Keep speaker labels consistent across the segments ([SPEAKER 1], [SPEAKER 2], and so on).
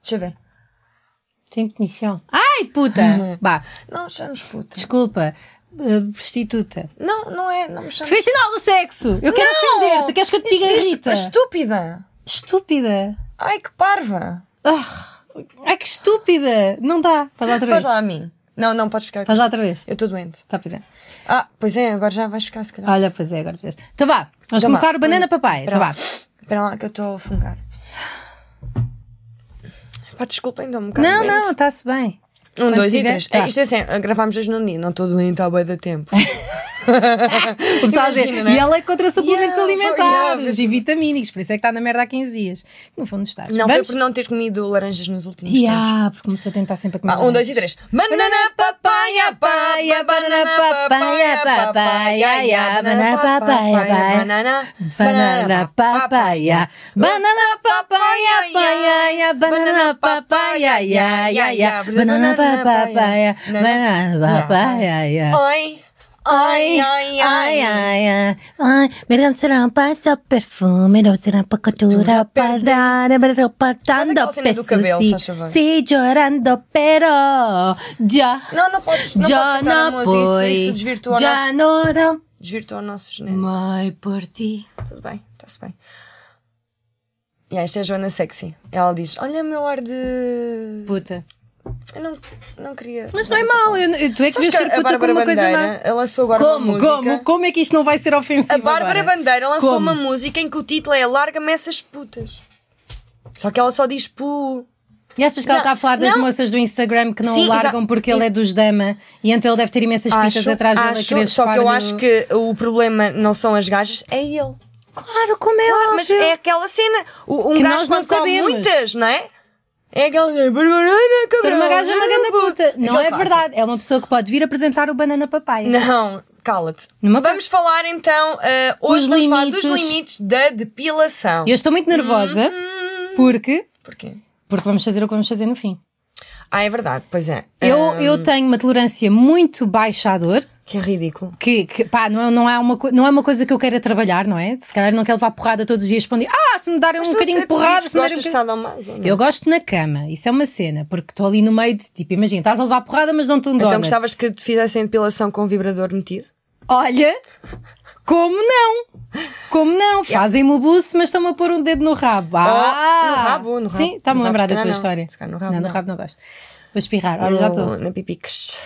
[SPEAKER 1] Deixa eu ver.
[SPEAKER 2] Tem nichão. Ai, puta! Bah,
[SPEAKER 1] Não chamos puta.
[SPEAKER 2] desculpa. Uh, prostituta.
[SPEAKER 1] Não, não é. Não me chames.
[SPEAKER 2] Profissional do sexo! Eu quero
[SPEAKER 1] Não!
[SPEAKER 2] ofender-te. Queres que eu te diga
[SPEAKER 1] Diz- diz-
[SPEAKER 2] Rita?
[SPEAKER 1] Estúpida.
[SPEAKER 2] Estúpida.
[SPEAKER 1] Ai, que parva.
[SPEAKER 2] Ah, ai, que estúpida. Não dá. Faz lá outra vez.
[SPEAKER 1] Faz lá a mim. Não, não, podes ficar.
[SPEAKER 2] Faz lá outra vez.
[SPEAKER 1] Eu estou doente.
[SPEAKER 2] Tá, pois é.
[SPEAKER 1] Ah, pois é, agora já vais ficar, se calhar.
[SPEAKER 2] Olha, pois é, agora fizeste. Então vá. Vamos
[SPEAKER 1] Então vá.
[SPEAKER 2] começar o banana papai. Então
[SPEAKER 1] Espera
[SPEAKER 2] vá.
[SPEAKER 1] lá. Espera lá que eu estou a fungar. Pá, desculpem, estou um bocado
[SPEAKER 2] Não,
[SPEAKER 1] doente.
[SPEAKER 2] não, está-se bem.
[SPEAKER 1] Um,
[SPEAKER 2] Quando
[SPEAKER 1] dois
[SPEAKER 2] tiver-
[SPEAKER 1] e três.
[SPEAKER 2] tá.
[SPEAKER 1] É, isto é assim, gravámos hoje num dia, não estou doente há bué da tempo.
[SPEAKER 2] O pessoal dizer,
[SPEAKER 1] Imagina, né?
[SPEAKER 2] E ela é contra suplementos
[SPEAKER 1] Yeah,
[SPEAKER 2] alimentares
[SPEAKER 1] yeah.
[SPEAKER 2] e vitamínicos, por isso é que está na merda há 15 dias. No fundo está.
[SPEAKER 1] Não foi
[SPEAKER 2] Vamos?
[SPEAKER 1] por não ter comido laranjas nos últimos tempos.
[SPEAKER 2] Yeah, porque começou a tentar sempre a comer.
[SPEAKER 1] Ah, um, dois e três. Banana papaya, papaya, banana papaya, papaya, ya, banana papaya, banana,
[SPEAKER 2] Banana papaya, banana papaya, papaya, ya, banana papaya, ya, ya, ya, banana papaya, banana papaya, ya.
[SPEAKER 1] Oi,
[SPEAKER 2] Ai, ai, ai, ai, ai, ai, mergancerão para seu perfume, docerão para cultura, para dar,
[SPEAKER 1] aquela
[SPEAKER 2] repartando
[SPEAKER 1] cena do cabelo, faz favor.
[SPEAKER 2] pesos, se chorando, pero já,
[SPEAKER 1] Não, não podes, não
[SPEAKER 2] já
[SPEAKER 1] podes cantar a
[SPEAKER 2] não
[SPEAKER 1] música. Isso, isso
[SPEAKER 2] foi,
[SPEAKER 1] desvirtua, o
[SPEAKER 2] já
[SPEAKER 1] nosso,
[SPEAKER 2] não não
[SPEAKER 1] desvirtua o nosso genérico.
[SPEAKER 2] Mãe por ti.
[SPEAKER 1] Tudo bem, está-se bem. E esta é a Joana Sexy. Ela diz: Olha o meu ar de.
[SPEAKER 2] Puta.
[SPEAKER 1] Eu não, não queria.
[SPEAKER 2] Mas não
[SPEAKER 1] dar
[SPEAKER 2] é
[SPEAKER 1] essa
[SPEAKER 2] mau,
[SPEAKER 1] palavra.
[SPEAKER 2] eu, eu- tu é que
[SPEAKER 1] Sabes
[SPEAKER 2] devias
[SPEAKER 1] que
[SPEAKER 2] ser
[SPEAKER 1] a
[SPEAKER 2] puta com
[SPEAKER 1] Bárbara
[SPEAKER 2] uma coisa má.
[SPEAKER 1] Bandeira lançou agora uma
[SPEAKER 2] Como,
[SPEAKER 1] música.
[SPEAKER 2] como, como é que isto não vai ser ofensivo?
[SPEAKER 1] A Bárbara
[SPEAKER 2] agora?
[SPEAKER 1] Bandeira lançou
[SPEAKER 2] Como?
[SPEAKER 1] uma música em que o título é Larga-me essas putas. Só que ela só diz pu.
[SPEAKER 2] E achas que ela
[SPEAKER 1] Não,
[SPEAKER 2] está a falar das
[SPEAKER 1] não.
[SPEAKER 2] moças do Instagram que não
[SPEAKER 1] Sim,
[SPEAKER 2] o largam
[SPEAKER 1] exa-
[SPEAKER 2] porque ele é dos dama e então ele deve ter imensas pitas atrás dele a querer
[SPEAKER 1] só que
[SPEAKER 2] chupar
[SPEAKER 1] eu
[SPEAKER 2] no-
[SPEAKER 1] acho que o problema não são as gajas, é ele.
[SPEAKER 2] Claro, como é
[SPEAKER 1] Claro,
[SPEAKER 2] óbvio.
[SPEAKER 1] mas é aquela cena. O- Um
[SPEAKER 2] Que
[SPEAKER 1] gajo
[SPEAKER 2] nós não
[SPEAKER 1] não sabe
[SPEAKER 2] sabemos.
[SPEAKER 1] muitas, não é? É aquela. Barbarana,
[SPEAKER 2] Ser
[SPEAKER 1] cabrão,
[SPEAKER 2] uma gaja é uma grande puta. Não
[SPEAKER 1] Aquele
[SPEAKER 2] é
[SPEAKER 1] clássico.
[SPEAKER 2] verdade. É uma pessoa que pode vir apresentar o banana papai.
[SPEAKER 1] Não, cala-te.
[SPEAKER 2] Numa
[SPEAKER 1] Vamos falar então, eh, hoje
[SPEAKER 2] Os
[SPEAKER 1] vamos falar dos
[SPEAKER 2] limites.
[SPEAKER 1] limites da depilação.
[SPEAKER 2] Eu estou muito nervosa
[SPEAKER 1] Uhum.
[SPEAKER 2] porque.
[SPEAKER 1] Porquê?
[SPEAKER 2] Porque vamos fazer o que vamos fazer no fim.
[SPEAKER 1] Ah, é verdade, pois é.
[SPEAKER 2] Eu,
[SPEAKER 1] Ah,
[SPEAKER 2] eu tenho uma tolerância muito baixa à dor.
[SPEAKER 1] Que é ridículo.
[SPEAKER 2] que, que, pá, não é, não, é uma, co- não é uma coisa que eu queira trabalhar, não é? Se calhar não quero levar porrada todos os dias para um dia. Ah, se me darem um bocadinho de porrada, se
[SPEAKER 1] se
[SPEAKER 2] me darem um
[SPEAKER 1] gostas de
[SPEAKER 2] bocadinho...
[SPEAKER 1] sadomaso, não?
[SPEAKER 2] Eu gosto na cama, isso é uma cena, porque estou ali no meio de tipo, imagina, estás a levar porrada, mas não-te um donut.
[SPEAKER 1] Então gostavas que te fizessem depilação com vibrador metido?
[SPEAKER 2] Olha, como não? Como não? Fazem-me o buço, mas estão-me a pôr um dedo no rabo. Ah!
[SPEAKER 1] Oh, no rabo, no rabo.
[SPEAKER 2] Sim, está-me
[SPEAKER 1] No
[SPEAKER 2] a lembrar
[SPEAKER 1] rabo, se
[SPEAKER 2] da tua
[SPEAKER 1] calhar não.
[SPEAKER 2] história.
[SPEAKER 1] Se calhar no rabo
[SPEAKER 2] não,
[SPEAKER 1] não.
[SPEAKER 2] no rabo não gosto. Vou espirrar, olha, já estou.
[SPEAKER 1] No- Na pipicas.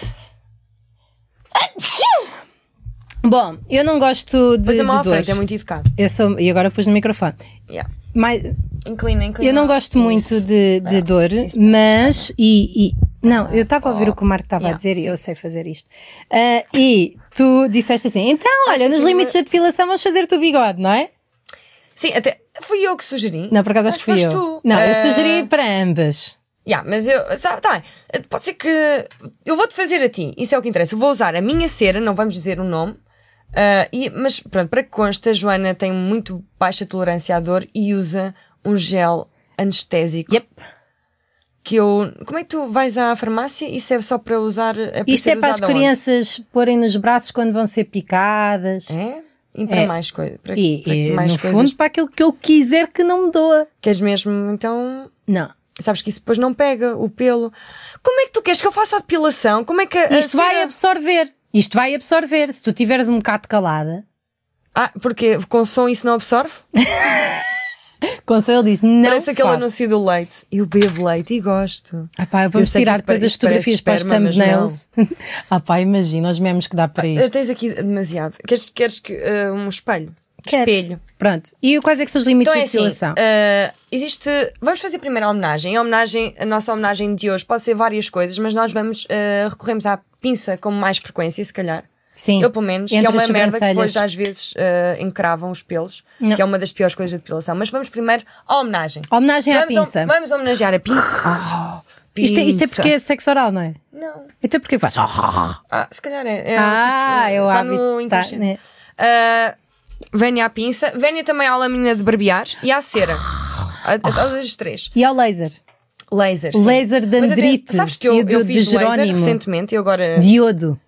[SPEAKER 2] Bom, eu não gosto de,
[SPEAKER 1] Mas é
[SPEAKER 2] de
[SPEAKER 1] mal à
[SPEAKER 2] dores.
[SPEAKER 1] frente, é muito educado.
[SPEAKER 2] Eu sou, e agora pus no microfone.
[SPEAKER 1] Yeah.
[SPEAKER 2] Mais,
[SPEAKER 1] Inclina, inclina.
[SPEAKER 2] Eu não gosto muito
[SPEAKER 1] Isso.
[SPEAKER 2] de, de
[SPEAKER 1] Vai.
[SPEAKER 2] dor,
[SPEAKER 1] Isso.
[SPEAKER 2] mas. E, e- não, eu estava a ouvir
[SPEAKER 1] Oh.
[SPEAKER 2] o que o Marco estava a
[SPEAKER 1] Yeah,
[SPEAKER 2] dizer e eu sei fazer isto. Ah, e tu disseste assim: então, olha,
[SPEAKER 1] que
[SPEAKER 2] nos
[SPEAKER 1] sim,
[SPEAKER 2] limites da depilação vamos fazer-te o bigode, não é?
[SPEAKER 1] Sim, até fui eu que sugeri.
[SPEAKER 2] Não, por acaso
[SPEAKER 1] Mas
[SPEAKER 2] acho que fui eu.
[SPEAKER 1] foste tu.
[SPEAKER 2] Não, eu
[SPEAKER 1] Ah,
[SPEAKER 2] sugeri para ambas.
[SPEAKER 1] Ya, mas eu, sabe, tá, bem. pode ser que eu vou-te fazer a ti, isso é o que interessa. Eu vou usar a minha cera, não vamos dizer o nome, ah, e, mas pronto, para que conste, a Joana tem muito baixa tolerância à dor e usa um gel anestésico.
[SPEAKER 2] Yep.
[SPEAKER 1] Que eu. Como é que tu vais à farmácia? Isso é só para usar. É para
[SPEAKER 2] Isto
[SPEAKER 1] ser
[SPEAKER 2] é para as
[SPEAKER 1] usado aonde?
[SPEAKER 2] crianças porem nos braços quando vão ser picadas.
[SPEAKER 1] É? E para
[SPEAKER 2] É.
[SPEAKER 1] mais coisas. Para,
[SPEAKER 2] E,
[SPEAKER 1] para
[SPEAKER 2] e,
[SPEAKER 1] mais
[SPEAKER 2] no
[SPEAKER 1] coisas.
[SPEAKER 2] fundo, para aquilo que eu quiser que não me doa.
[SPEAKER 1] Queres mesmo, então.
[SPEAKER 2] Não.
[SPEAKER 1] Sabes que isso depois não pega o pelo. Como é que tu queres que eu faça a depilação? Como é que. a
[SPEAKER 2] Isto vai
[SPEAKER 1] cera-
[SPEAKER 2] absorver. Isto vai absorver. Se tu tiveres um bocado calada,
[SPEAKER 1] Ah, porque com som isso não absorve?
[SPEAKER 2] Consuelo diz: não.
[SPEAKER 1] Parece aquele
[SPEAKER 2] faço.
[SPEAKER 1] anúncio do leite. Eu bebo leite e gosto.
[SPEAKER 2] Ah pá,
[SPEAKER 1] Eu
[SPEAKER 2] vamos
[SPEAKER 1] sei que
[SPEAKER 2] tirar
[SPEAKER 1] isso
[SPEAKER 2] depois
[SPEAKER 1] pare-
[SPEAKER 2] as
[SPEAKER 1] isso parece
[SPEAKER 2] fotografias para as
[SPEAKER 1] esperma, mas não.
[SPEAKER 2] thumbnails. ah pá, imagina os memes que dá para
[SPEAKER 1] Ah,
[SPEAKER 2] isto.
[SPEAKER 1] Tens aqui demasiado. Queres, queres que, ah, um espelho?
[SPEAKER 2] Quero.
[SPEAKER 1] Espelho.
[SPEAKER 2] Pronto. E quais é que são os limites
[SPEAKER 1] Então é
[SPEAKER 2] da
[SPEAKER 1] assim,
[SPEAKER 2] depilação?
[SPEAKER 1] ah, existe. Vamos fazer primeiro a homenagem. A homenagem, a nossa homenagem de hoje pode ser várias coisas, mas nós vamos ah, recorremos à pinça com mais frequência, se calhar.
[SPEAKER 2] Sim.
[SPEAKER 1] Eu, pelo menos, que
[SPEAKER 2] Entre
[SPEAKER 1] é uma
[SPEAKER 2] as
[SPEAKER 1] merda que depois
[SPEAKER 2] sobrancelhas.
[SPEAKER 1] às vezes ah, encravam os pelos,
[SPEAKER 2] Não.
[SPEAKER 1] que é uma das piores coisas da depilação. Mas vamos primeiro à homenagem.
[SPEAKER 2] Homenagem à
[SPEAKER 1] vamos, hom-
[SPEAKER 2] pinça.
[SPEAKER 1] vamos homenagear a pinça. Oh,
[SPEAKER 2] Isto, é, isto é
[SPEAKER 1] pinça.
[SPEAKER 2] porque é sexo oral, não é?
[SPEAKER 1] Não.
[SPEAKER 2] Então porquê faz?
[SPEAKER 1] Ah, se calhar é. é
[SPEAKER 2] Ah,
[SPEAKER 1] tipo,
[SPEAKER 2] é o
[SPEAKER 1] tá
[SPEAKER 2] hábito,
[SPEAKER 1] No
[SPEAKER 2] tá,
[SPEAKER 1] inconsciente.
[SPEAKER 2] né?
[SPEAKER 1] Ah, Vénia à pinça. Vénia também à lâmina de barbear e à cera. A, a todas as três.
[SPEAKER 2] E ao laser?
[SPEAKER 1] Laser.
[SPEAKER 2] Laser de
[SPEAKER 1] Mas até-
[SPEAKER 2] Andrite
[SPEAKER 1] Sabes que
[SPEAKER 2] e
[SPEAKER 1] eu,
[SPEAKER 2] o
[SPEAKER 1] eu
[SPEAKER 2] de-
[SPEAKER 1] fiz
[SPEAKER 2] de
[SPEAKER 1] laser
[SPEAKER 2] Jerónimo.
[SPEAKER 1] recentemente e agora.
[SPEAKER 2] Diodo.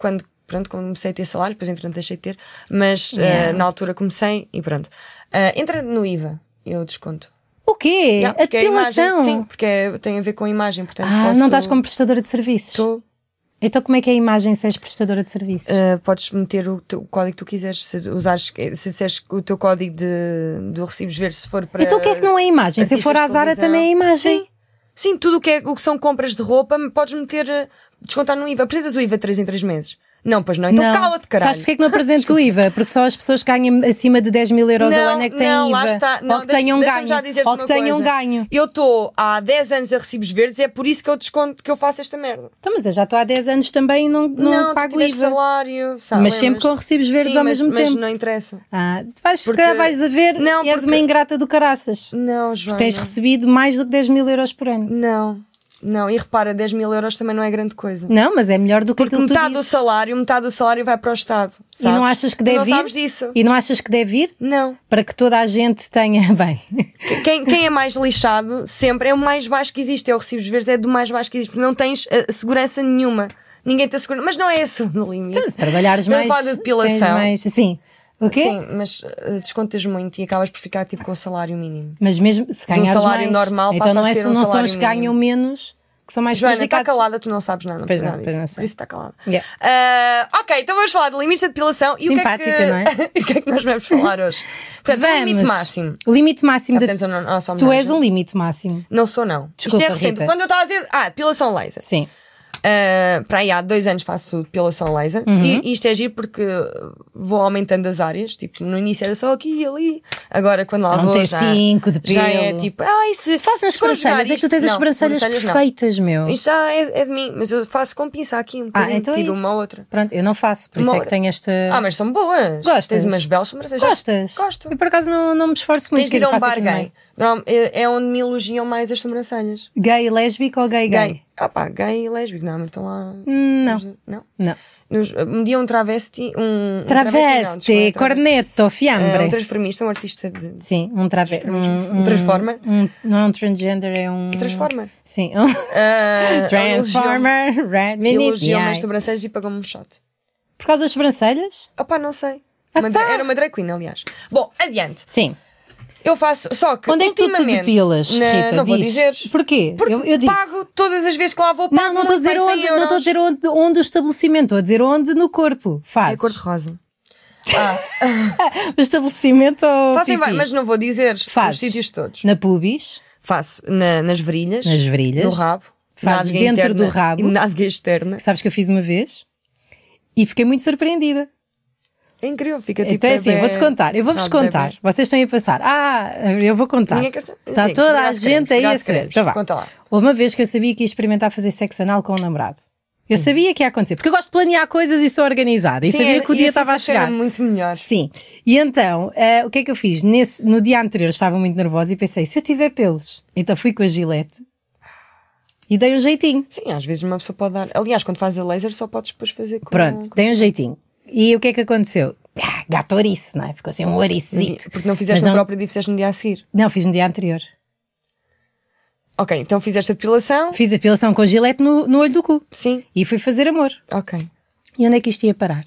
[SPEAKER 1] Quando. Pronto, comecei a ter salário, depois entretanto deixei de ter, mas ah,
[SPEAKER 2] Yeah.
[SPEAKER 1] na altura comecei e pronto. Ah, entra no IVA, eu desconto.
[SPEAKER 2] O o quê?
[SPEAKER 1] Yeah,
[SPEAKER 2] a
[SPEAKER 1] porque é imagem,
[SPEAKER 2] depilação.
[SPEAKER 1] sim, porque é- tem a ver com a imagem, portanto.
[SPEAKER 2] ah,
[SPEAKER 1] posso-
[SPEAKER 2] não estás como prestadora de serviços.
[SPEAKER 1] Tô,
[SPEAKER 2] Então como é que é a imagem se és prestadora de serviços?
[SPEAKER 1] eh, podes meter o, teu- o código que tu quiseres, se usares, se disseres o teu código de, do Recibos Verdes, se for para.
[SPEAKER 2] então o que é que não é imagem? Se eu for à
[SPEAKER 1] artistas de
[SPEAKER 2] Zara
[SPEAKER 1] televisão.
[SPEAKER 2] também é imagem.
[SPEAKER 1] Sim. Sim, tudo o que, é, o que são compras de roupa, podes meter, eh, descontar no IVA. Precisas do IVA 3 em 3 meses? Não, pois não. Então
[SPEAKER 2] Não.
[SPEAKER 1] cala-te, caralho.
[SPEAKER 2] Sabes porque é que não apresento o IVA? Porque só as pessoas que ganham acima de 10 mil euros
[SPEAKER 1] Não,
[SPEAKER 2] ao ano é que têm
[SPEAKER 1] não,
[SPEAKER 2] IVA.
[SPEAKER 1] lá está. Não,
[SPEAKER 2] ou que
[SPEAKER 1] deixa-
[SPEAKER 2] tenham
[SPEAKER 1] deixa-me
[SPEAKER 2] ganho.
[SPEAKER 1] já dizer-te
[SPEAKER 2] ou que
[SPEAKER 1] uma
[SPEAKER 2] tenham
[SPEAKER 1] coisa.
[SPEAKER 2] ganho.
[SPEAKER 1] Eu estou há 10 anos a Recibos Verdes, é por isso que eu desconto que eu faço esta merda.
[SPEAKER 2] Então, mas eu já estou há 10 anos também e não, não,
[SPEAKER 1] tu
[SPEAKER 2] pago
[SPEAKER 1] tiveste
[SPEAKER 2] IVA.
[SPEAKER 1] salário, sabe?
[SPEAKER 2] Mas sempre com
[SPEAKER 1] lembras?
[SPEAKER 2] recibos verdes
[SPEAKER 1] Sim,
[SPEAKER 2] ao
[SPEAKER 1] mas-
[SPEAKER 2] mesmo
[SPEAKER 1] mas
[SPEAKER 2] tempo.
[SPEAKER 1] não interessa.
[SPEAKER 2] Ah, vais, se
[SPEAKER 1] Porque-
[SPEAKER 2] calhar vais a ver
[SPEAKER 1] Não,
[SPEAKER 2] e és
[SPEAKER 1] porque-
[SPEAKER 2] uma ingrata do caraças.
[SPEAKER 1] Não, Joana.
[SPEAKER 2] Tens recebido mais do que 10 mil euros por ano.
[SPEAKER 1] Não, não. E repara, 10 mil euros também não é grande coisa.
[SPEAKER 2] Não, mas é melhor do que
[SPEAKER 1] Porque
[SPEAKER 2] aquilo que tu
[SPEAKER 1] metade do
[SPEAKER 2] dizes.
[SPEAKER 1] salário, metade do salário vai para o Estado.
[SPEAKER 2] E não
[SPEAKER 1] sabes?
[SPEAKER 2] achas que
[SPEAKER 1] Tu
[SPEAKER 2] deve
[SPEAKER 1] não
[SPEAKER 2] ir?
[SPEAKER 1] sabes disso.
[SPEAKER 2] E não achas que deve ir?
[SPEAKER 1] Não.
[SPEAKER 2] Para que toda a gente tenha. Bem, então,
[SPEAKER 1] Quem, quem é mais lixado sempre é o mais baixo que existe. É o Recibos Verdes, é do mais baixo que existe. Porque não tens eh, segurança nenhuma. Ninguém tem segurança. Mas não é esse o limite.
[SPEAKER 2] se trabalhares
[SPEAKER 1] Estamos a
[SPEAKER 2] mais.
[SPEAKER 1] falar de depilação.
[SPEAKER 2] tens mais- Sim. Então, O quê?
[SPEAKER 1] Sim, mas eh, descontas muito e acabas por ficar tipo com o salário mínimo.
[SPEAKER 2] Mas mesmo se ganhares
[SPEAKER 1] um salário
[SPEAKER 2] mais,
[SPEAKER 1] normal
[SPEAKER 2] então
[SPEAKER 1] passa
[SPEAKER 2] não,
[SPEAKER 1] a
[SPEAKER 2] é,
[SPEAKER 1] ser um
[SPEAKER 2] não são
[SPEAKER 1] salário
[SPEAKER 2] os que ganham menos que são mais
[SPEAKER 1] Joana, está
[SPEAKER 2] prejudicados.
[SPEAKER 1] calada, tu não sabes nada, não
[SPEAKER 2] Pois
[SPEAKER 1] sabes
[SPEAKER 2] não,
[SPEAKER 1] nada
[SPEAKER 2] pois não
[SPEAKER 1] disso.
[SPEAKER 2] sei.
[SPEAKER 1] Por isso está calada.
[SPEAKER 2] Yeah.
[SPEAKER 1] Ah, ok, então vamos falar de limites de depilação e o que é
[SPEAKER 2] Simpática,
[SPEAKER 1] que,
[SPEAKER 2] não é?
[SPEAKER 1] e o que é que nós vamos falar hoje? Portanto, o um limite
[SPEAKER 2] Vamos.
[SPEAKER 1] máximo.
[SPEAKER 2] O limite máximo.
[SPEAKER 1] Já
[SPEAKER 2] De...
[SPEAKER 1] fizemos a no- a nossa
[SPEAKER 2] Tu
[SPEAKER 1] homenagem.
[SPEAKER 2] és um limite máximo.
[SPEAKER 1] Não sou, não.
[SPEAKER 2] Desculpa,
[SPEAKER 1] Isto é recente.
[SPEAKER 2] Rita.
[SPEAKER 1] Quando eu estava a dizer. Ah, depilação laser.
[SPEAKER 2] Sim.
[SPEAKER 1] Ah, para aí há dois anos faço depilação laser.
[SPEAKER 2] Uhum.
[SPEAKER 1] E, e isto é giro porque vou aumentando as áreas. Tipo, no início era só aqui e ali. Agora, quando lá
[SPEAKER 2] Não
[SPEAKER 1] vou.
[SPEAKER 2] tem
[SPEAKER 1] já,
[SPEAKER 2] um cinco de
[SPEAKER 1] já é
[SPEAKER 2] pelo.
[SPEAKER 1] tipo. Ai, se.
[SPEAKER 2] Fazem as
[SPEAKER 1] se conjugar
[SPEAKER 2] sobrancelhas. É que tu
[SPEAKER 1] isto-
[SPEAKER 2] tens as
[SPEAKER 1] não,
[SPEAKER 2] sobrancelhas
[SPEAKER 1] não.
[SPEAKER 2] perfeitas, meu.
[SPEAKER 1] Isto já é, é de mim, mas eu faço com pinça aqui um bocadinho,
[SPEAKER 2] então é
[SPEAKER 1] tiro
[SPEAKER 2] isso.
[SPEAKER 1] uma ou outra.
[SPEAKER 2] Pronto, eu não faço, por isso
[SPEAKER 1] Uma
[SPEAKER 2] é que tenho esta.
[SPEAKER 1] Ah, mas são boas.
[SPEAKER 2] Gostas?
[SPEAKER 1] Tens umas belas sobrancelhas.
[SPEAKER 2] Gostas?
[SPEAKER 1] Gosto.
[SPEAKER 2] Eu por acaso não, não me esforço muito.
[SPEAKER 1] Tens de
[SPEAKER 2] quer
[SPEAKER 1] ir a um
[SPEAKER 2] dizer,
[SPEAKER 1] bar
[SPEAKER 2] faço aqui no
[SPEAKER 1] gay.
[SPEAKER 2] meio.
[SPEAKER 1] Não, É é onde me elogiam mais as sobrancelhas.
[SPEAKER 2] Gay, lésbico ou gay gay? Hum,
[SPEAKER 1] Gay. Ah pá, gay e lésbico. Não, mas estão lá...
[SPEAKER 2] Não.
[SPEAKER 1] Não?
[SPEAKER 2] Não.
[SPEAKER 1] Nos, um dia um travesti... Um, um não, desculpa,
[SPEAKER 2] Travesti,
[SPEAKER 1] um
[SPEAKER 2] corneto,
[SPEAKER 1] Ah,
[SPEAKER 2] fiambre.
[SPEAKER 1] um transformista, um artista de...
[SPEAKER 2] Sim, um travesti. Um,
[SPEAKER 1] Um transformer.
[SPEAKER 2] um- não é um transgender, é um.
[SPEAKER 1] Transformer.
[SPEAKER 2] Sim. um,
[SPEAKER 1] Ah,
[SPEAKER 2] Transformer, red
[SPEAKER 1] elogiam-
[SPEAKER 2] minute,
[SPEAKER 1] Elogiam-me
[SPEAKER 2] yeah.
[SPEAKER 1] as sobrancelhas e pagam-me um shot.
[SPEAKER 2] Por causa das sobrancelhas?
[SPEAKER 1] Ah pá, não sei.
[SPEAKER 2] Ah,
[SPEAKER 1] Uma
[SPEAKER 2] tá.
[SPEAKER 1] dra- Era uma drag queen, aliás. Bom, adiante.
[SPEAKER 2] Sim.
[SPEAKER 1] Eu faço, só que
[SPEAKER 2] Onde é que tu te
[SPEAKER 1] ultimamente...
[SPEAKER 2] depilas,
[SPEAKER 1] Na-
[SPEAKER 2] Rita?
[SPEAKER 1] Não vou
[SPEAKER 2] Diz.
[SPEAKER 1] dizer.
[SPEAKER 2] Porquê?
[SPEAKER 1] Porque
[SPEAKER 2] eu, eu digo.
[SPEAKER 1] pago todas as vezes que lá vou pago
[SPEAKER 2] Não, não estou a
[SPEAKER 1] muito
[SPEAKER 2] dizer
[SPEAKER 1] bem, 100
[SPEAKER 2] onde, não estou a
[SPEAKER 1] euros.
[SPEAKER 2] dizer onde, onde o estabelecimento, estou a dizer onde no corpo.
[SPEAKER 1] É
[SPEAKER 2] Faz.
[SPEAKER 1] cor-de-rosa. Ah,
[SPEAKER 2] O estabelecimento ou
[SPEAKER 1] Fazem bem,
[SPEAKER 2] pipi?
[SPEAKER 1] mas não vou dizer
[SPEAKER 2] Fazes.
[SPEAKER 1] os sítios todos.
[SPEAKER 2] na pubis,
[SPEAKER 1] Faço na- nas varilhas,
[SPEAKER 2] nas virilhas.
[SPEAKER 1] no rabo,
[SPEAKER 2] Fazes
[SPEAKER 1] nádega
[SPEAKER 2] dentro
[SPEAKER 1] interna
[SPEAKER 2] do rabo.
[SPEAKER 1] e nádega externa.
[SPEAKER 2] que sabes que eu fiz uma vez e fiquei muito surpreendida.
[SPEAKER 1] É incrível, fica tipo.
[SPEAKER 2] então é assim,
[SPEAKER 1] bebé-
[SPEAKER 2] vou-te contar, eu vou-vos
[SPEAKER 1] rabo de
[SPEAKER 2] contar.
[SPEAKER 1] bebé.
[SPEAKER 2] Vocês estão aí a pensar, ah, eu vou contar.
[SPEAKER 1] Ninguém quer saber.
[SPEAKER 2] Está
[SPEAKER 1] Sim,
[SPEAKER 2] toda a
[SPEAKER 1] graças
[SPEAKER 2] gente
[SPEAKER 1] a Deus,
[SPEAKER 2] aí a
[SPEAKER 1] graças a
[SPEAKER 2] saber.
[SPEAKER 1] Deus.
[SPEAKER 2] Então vá.
[SPEAKER 1] Conta lá.
[SPEAKER 2] Houve uma vez que eu sabia que ia experimentar fazer sexo anal com um namorado. Eu sabia que ia acontecer, porque eu gosto de planear coisas e sou organizada. E
[SPEAKER 1] Sim,
[SPEAKER 2] sabia
[SPEAKER 1] é-
[SPEAKER 2] que o
[SPEAKER 1] e
[SPEAKER 2] dia
[SPEAKER 1] assim
[SPEAKER 2] estava a
[SPEAKER 1] funciona
[SPEAKER 2] chegar.
[SPEAKER 1] muito melhor.
[SPEAKER 2] Sim. E então, eh, o que é que eu fiz? Nesse, no dia anterior estava muito nervosa e pensei, se eu tiver pelos, então fui com a gilete e dei um jeitinho.
[SPEAKER 1] Sim, às vezes uma pessoa pode dar. Aliás, quando fazes a laser, só podes depois fazer com.
[SPEAKER 2] Pronto, dei um jeitinho. E o que é que aconteceu? Ah, gato ouriço, não é? Ficou assim um ouricito.
[SPEAKER 1] Porque não fizeste
[SPEAKER 2] Mas
[SPEAKER 1] no
[SPEAKER 2] não-
[SPEAKER 1] próprio dia, fizeste no dia a seguir.
[SPEAKER 2] Não, fiz no dia anterior.
[SPEAKER 1] Ok, então fizeste a depilação.
[SPEAKER 2] Fiz a depilação com gilete no, no olho do cu.
[SPEAKER 1] Sim,
[SPEAKER 2] E fui fazer amor.
[SPEAKER 1] ok.
[SPEAKER 2] E onde é que isto ia parar?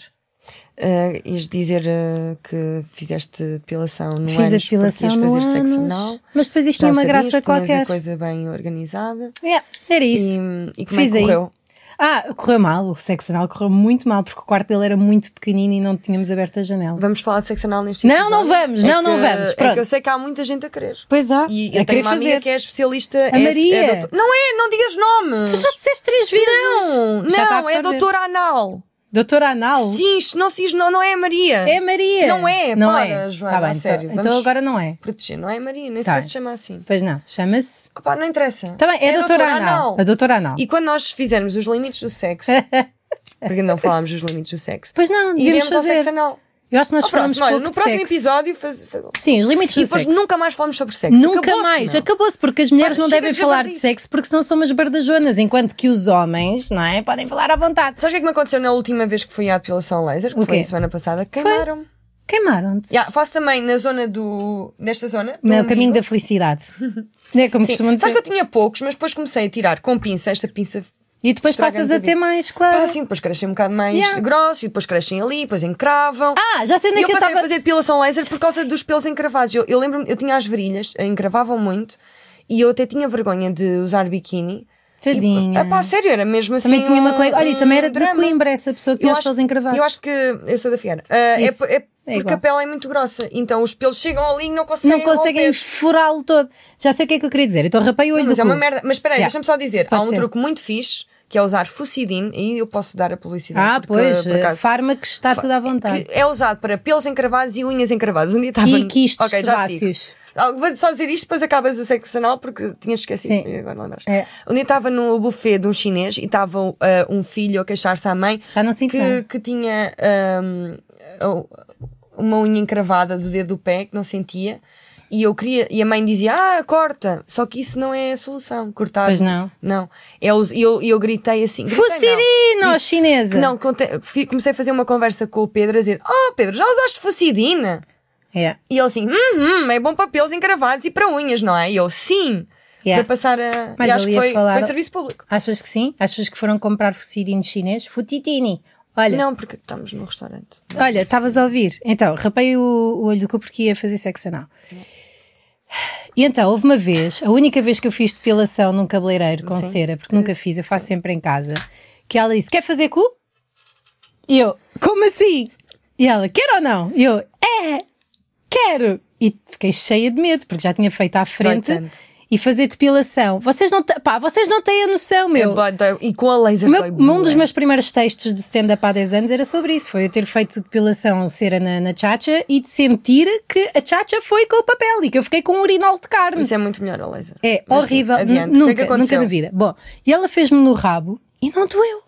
[SPEAKER 1] Uh, ias dizer ah, que fizeste depilação no
[SPEAKER 2] Fiz a
[SPEAKER 1] ânus porque
[SPEAKER 2] depilação
[SPEAKER 1] ias
[SPEAKER 2] no
[SPEAKER 1] fazer
[SPEAKER 2] ânus,
[SPEAKER 1] sexo anal.
[SPEAKER 2] Mas depois isto
[SPEAKER 1] Já
[SPEAKER 2] tinha uma
[SPEAKER 1] sabias
[SPEAKER 2] graça
[SPEAKER 1] que tinhas
[SPEAKER 2] qualquer.
[SPEAKER 1] a coisa bem organizada.
[SPEAKER 2] É, era
[SPEAKER 1] E-
[SPEAKER 2] isso.
[SPEAKER 1] E, como
[SPEAKER 2] Fiz
[SPEAKER 1] é
[SPEAKER 2] aí.
[SPEAKER 1] que correu?
[SPEAKER 2] Ah, correu mal. O sexo anal correu muito mal porque o quarto dele era muito pequenino e não tínhamos aberto a janela.
[SPEAKER 1] Vamos falar de sexo anal neste
[SPEAKER 2] Não, não
[SPEAKER 1] episódio?
[SPEAKER 2] vamos, não, não
[SPEAKER 1] que-
[SPEAKER 2] vamos,
[SPEAKER 1] É
[SPEAKER 2] pronto.
[SPEAKER 1] que eu sei que há muita gente a querer.
[SPEAKER 2] Pois há,
[SPEAKER 1] E
[SPEAKER 2] a
[SPEAKER 1] eu tenho
[SPEAKER 2] querer
[SPEAKER 1] uma amiga
[SPEAKER 2] fazer.
[SPEAKER 1] que é especialista. é-
[SPEAKER 2] Maria.
[SPEAKER 1] é doutor- Não é, não digas nomes.
[SPEAKER 2] Tu já disseste três vezes.
[SPEAKER 1] Não,
[SPEAKER 2] Já está a
[SPEAKER 1] não, é
[SPEAKER 2] absorver.
[SPEAKER 1] doutora anal.
[SPEAKER 2] Doutora Anal?
[SPEAKER 1] Sim, isto não, se diz- não, não é a Maria.
[SPEAKER 2] É Maria.
[SPEAKER 1] Não é,
[SPEAKER 2] não
[SPEAKER 1] para,
[SPEAKER 2] é.
[SPEAKER 1] Joana,
[SPEAKER 2] Tá bem,
[SPEAKER 1] a
[SPEAKER 2] então-
[SPEAKER 1] sério,
[SPEAKER 2] Então,
[SPEAKER 1] vamos-
[SPEAKER 2] agora não é.
[SPEAKER 1] Proteger, não é Maria, nem
[SPEAKER 2] Tá
[SPEAKER 1] sequer
[SPEAKER 2] bem.
[SPEAKER 1] se chama assim.
[SPEAKER 2] Pois não, chama-se.
[SPEAKER 1] Opa, não interessa.
[SPEAKER 2] Tá bem, é, a doutora, Anal. A doutora Anal.
[SPEAKER 1] E quando nós fizermos os limites do sexo, porque não falámos dos limites do sexo,
[SPEAKER 2] Pois não, devíamos
[SPEAKER 1] iremos ao
[SPEAKER 2] fazer.
[SPEAKER 1] sexo anal.
[SPEAKER 2] Eu acho que nós
[SPEAKER 1] Ao
[SPEAKER 2] falamos
[SPEAKER 1] próximo, olha,
[SPEAKER 2] pouco
[SPEAKER 1] no
[SPEAKER 2] de
[SPEAKER 1] próximo
[SPEAKER 2] sexo.
[SPEAKER 1] episódio faz- faz-
[SPEAKER 2] Sim, os limites
[SPEAKER 1] E
[SPEAKER 2] do
[SPEAKER 1] depois
[SPEAKER 2] sexo.
[SPEAKER 1] nunca mais falamos sobre sexo.
[SPEAKER 2] Nunca
[SPEAKER 1] É Acabou-se,
[SPEAKER 2] mais,
[SPEAKER 1] não?
[SPEAKER 2] acabou-se, porque as mulheres
[SPEAKER 1] Para,
[SPEAKER 2] não
[SPEAKER 1] chega
[SPEAKER 2] devem
[SPEAKER 1] de
[SPEAKER 2] falar de
[SPEAKER 1] jabardice.
[SPEAKER 2] sexo porque senão são umas bardajonas, enquanto que os homens, não é? Podem falar à vontade.
[SPEAKER 1] Sabes o que é que me aconteceu na última vez que fui à depilação laser? Que
[SPEAKER 2] O
[SPEAKER 1] foi
[SPEAKER 2] quê?
[SPEAKER 1] a semana passada. Queimaram-me.
[SPEAKER 2] Queimaram-te.
[SPEAKER 1] Já, faço também na zona do. nesta zona. do
[SPEAKER 2] Não,
[SPEAKER 1] umbigo.
[SPEAKER 2] o caminho da felicidade. Não é como
[SPEAKER 1] Sim.
[SPEAKER 2] costumam dizer.
[SPEAKER 1] Sabes que eu tinha poucos, mas depois comecei a tirar com pinça, esta pinça
[SPEAKER 2] E depois
[SPEAKER 1] Estraga-nos
[SPEAKER 2] passas
[SPEAKER 1] a
[SPEAKER 2] a ter
[SPEAKER 1] vida.
[SPEAKER 2] mais, claro.
[SPEAKER 1] Ah, sim, depois crescem um bocado mais
[SPEAKER 2] Yeah.
[SPEAKER 1] grossos e depois crescem ali, depois encravam.
[SPEAKER 2] Ah, já sei
[SPEAKER 1] E
[SPEAKER 2] onde é
[SPEAKER 1] eu
[SPEAKER 2] que eu
[SPEAKER 1] passei
[SPEAKER 2] estava.
[SPEAKER 1] a fazer depilação laser por causa dos pelos encravados. Eu, eu lembro-me, eu tinha as virilhas, encravavam muito e eu até tinha vergonha de usar biquíni.
[SPEAKER 2] Tadinha.
[SPEAKER 1] E, ah, pá, sério, era mesmo assim.
[SPEAKER 2] Também tinha uma
[SPEAKER 1] um-
[SPEAKER 2] colega. Olha, e também era
[SPEAKER 1] um
[SPEAKER 2] de
[SPEAKER 1] drama.
[SPEAKER 2] Coimbra essa pessoa que
[SPEAKER 1] Eu
[SPEAKER 2] tinha os
[SPEAKER 1] acho-
[SPEAKER 2] pelos encravados.
[SPEAKER 1] Eu acho que. Eu sou da Fiara. Ah, é,
[SPEAKER 2] Isso.
[SPEAKER 1] por- é
[SPEAKER 2] É
[SPEAKER 1] porque
[SPEAKER 2] igual.
[SPEAKER 1] a pele é muito grossa. Então os pelos chegam ali e não conseguem.
[SPEAKER 2] Não conseguem
[SPEAKER 1] romper.
[SPEAKER 2] furá-lo todo. Já sei o que é que eu queria dizer. Então rapei o olho
[SPEAKER 1] Mas
[SPEAKER 2] do
[SPEAKER 1] é uma
[SPEAKER 2] cu.
[SPEAKER 1] merda. Mas espera aí,
[SPEAKER 2] Yeah.
[SPEAKER 1] deixa-me só dizer.
[SPEAKER 2] Pode
[SPEAKER 1] Há um
[SPEAKER 2] ser.
[SPEAKER 1] truque muito fixe que é usar fucidine e eu posso dar a publicidade.
[SPEAKER 2] Ah,
[SPEAKER 1] porque,
[SPEAKER 2] pois.
[SPEAKER 1] por acaso,
[SPEAKER 2] Fármacos, está tudo à vontade.
[SPEAKER 1] que é usado para pelos encravados e unhas encravadas. Um dia estava.
[SPEAKER 2] E quistes
[SPEAKER 1] Ok, já te digo.
[SPEAKER 2] sebáceos.
[SPEAKER 1] Ah, Vou só dizer isto, depois acabas o sexo anal porque tinhas esquecido.
[SPEAKER 2] Sim.
[SPEAKER 1] e Agora não lembraste.
[SPEAKER 2] É.
[SPEAKER 1] Um dia estava no buffet de um chinês e estava ah, um filho a queixar-se à mãe
[SPEAKER 2] Já não sinto
[SPEAKER 1] que,
[SPEAKER 2] nada.
[SPEAKER 1] que tinha ahm, oh, uma unha encravada do dedo do pé que não sentia. E eu queria, e a mãe dizia, ah, corta. Só que isso não é a solução, cortar.
[SPEAKER 2] Pois não.
[SPEAKER 1] Não. Eu, eu, eu gritei assim. gritei não.
[SPEAKER 2] Fucidina, ó,
[SPEAKER 1] Disse-
[SPEAKER 2] chinesa.
[SPEAKER 1] Não, conte- fi- comecei a fazer uma conversa com o Pedro a dizer, oh Pedro, já usaste fucidina?
[SPEAKER 2] É.
[SPEAKER 1] E ele assim, hum, hum, é bom para pelos encravados e para unhas, não é? E eu, sim.
[SPEAKER 2] Yeah.
[SPEAKER 1] Para passar a.
[SPEAKER 2] Mas
[SPEAKER 1] e acho
[SPEAKER 2] ele
[SPEAKER 1] que
[SPEAKER 2] ia
[SPEAKER 1] foi,
[SPEAKER 2] falar-
[SPEAKER 1] foi serviço público.
[SPEAKER 2] Achas que sim? Achas que foram comprar fucidino chinês? Futitini. Olha,
[SPEAKER 1] Não, porque estamos no restaurante.
[SPEAKER 2] olha, estavas a ouvir. Então, rapei o, o olho do cu porque ia fazer sexo anal. E então, houve uma vez, a única vez que eu fiz depilação num cabeleireiro com
[SPEAKER 1] Sim.
[SPEAKER 2] cera, porque nunca fiz, eu faço sempre em casa, que ela disse, quer fazer cu? E eu, como assim? E ela, quer ou não? E eu, é, quero. E fiquei cheia de medo, porque já tinha feito à frente.
[SPEAKER 1] tanto.
[SPEAKER 2] E fazer depilação. Vocês não, te- pá, vocês não têm a noção, meu.
[SPEAKER 1] É, dói- dói- e com a laser
[SPEAKER 2] O meu-
[SPEAKER 1] dói
[SPEAKER 2] um dos
[SPEAKER 1] bué.
[SPEAKER 2] meus primeiros textos de stand-up há 10 anos era sobre isso. Foi eu ter feito depilação cera na, na chacha e de sentir que a chacha foi com o papel e que eu fiquei com um urinol de carne.
[SPEAKER 1] Isso é muito melhor a laser.
[SPEAKER 2] É
[SPEAKER 1] Mas sim,
[SPEAKER 2] horrível.
[SPEAKER 1] adiante.
[SPEAKER 2] N-
[SPEAKER 1] O que
[SPEAKER 2] Nunca,
[SPEAKER 1] é que
[SPEAKER 2] nunca
[SPEAKER 1] aconteceu?
[SPEAKER 2] na vida. Bom, e ela fez-me no rabo e não doeu.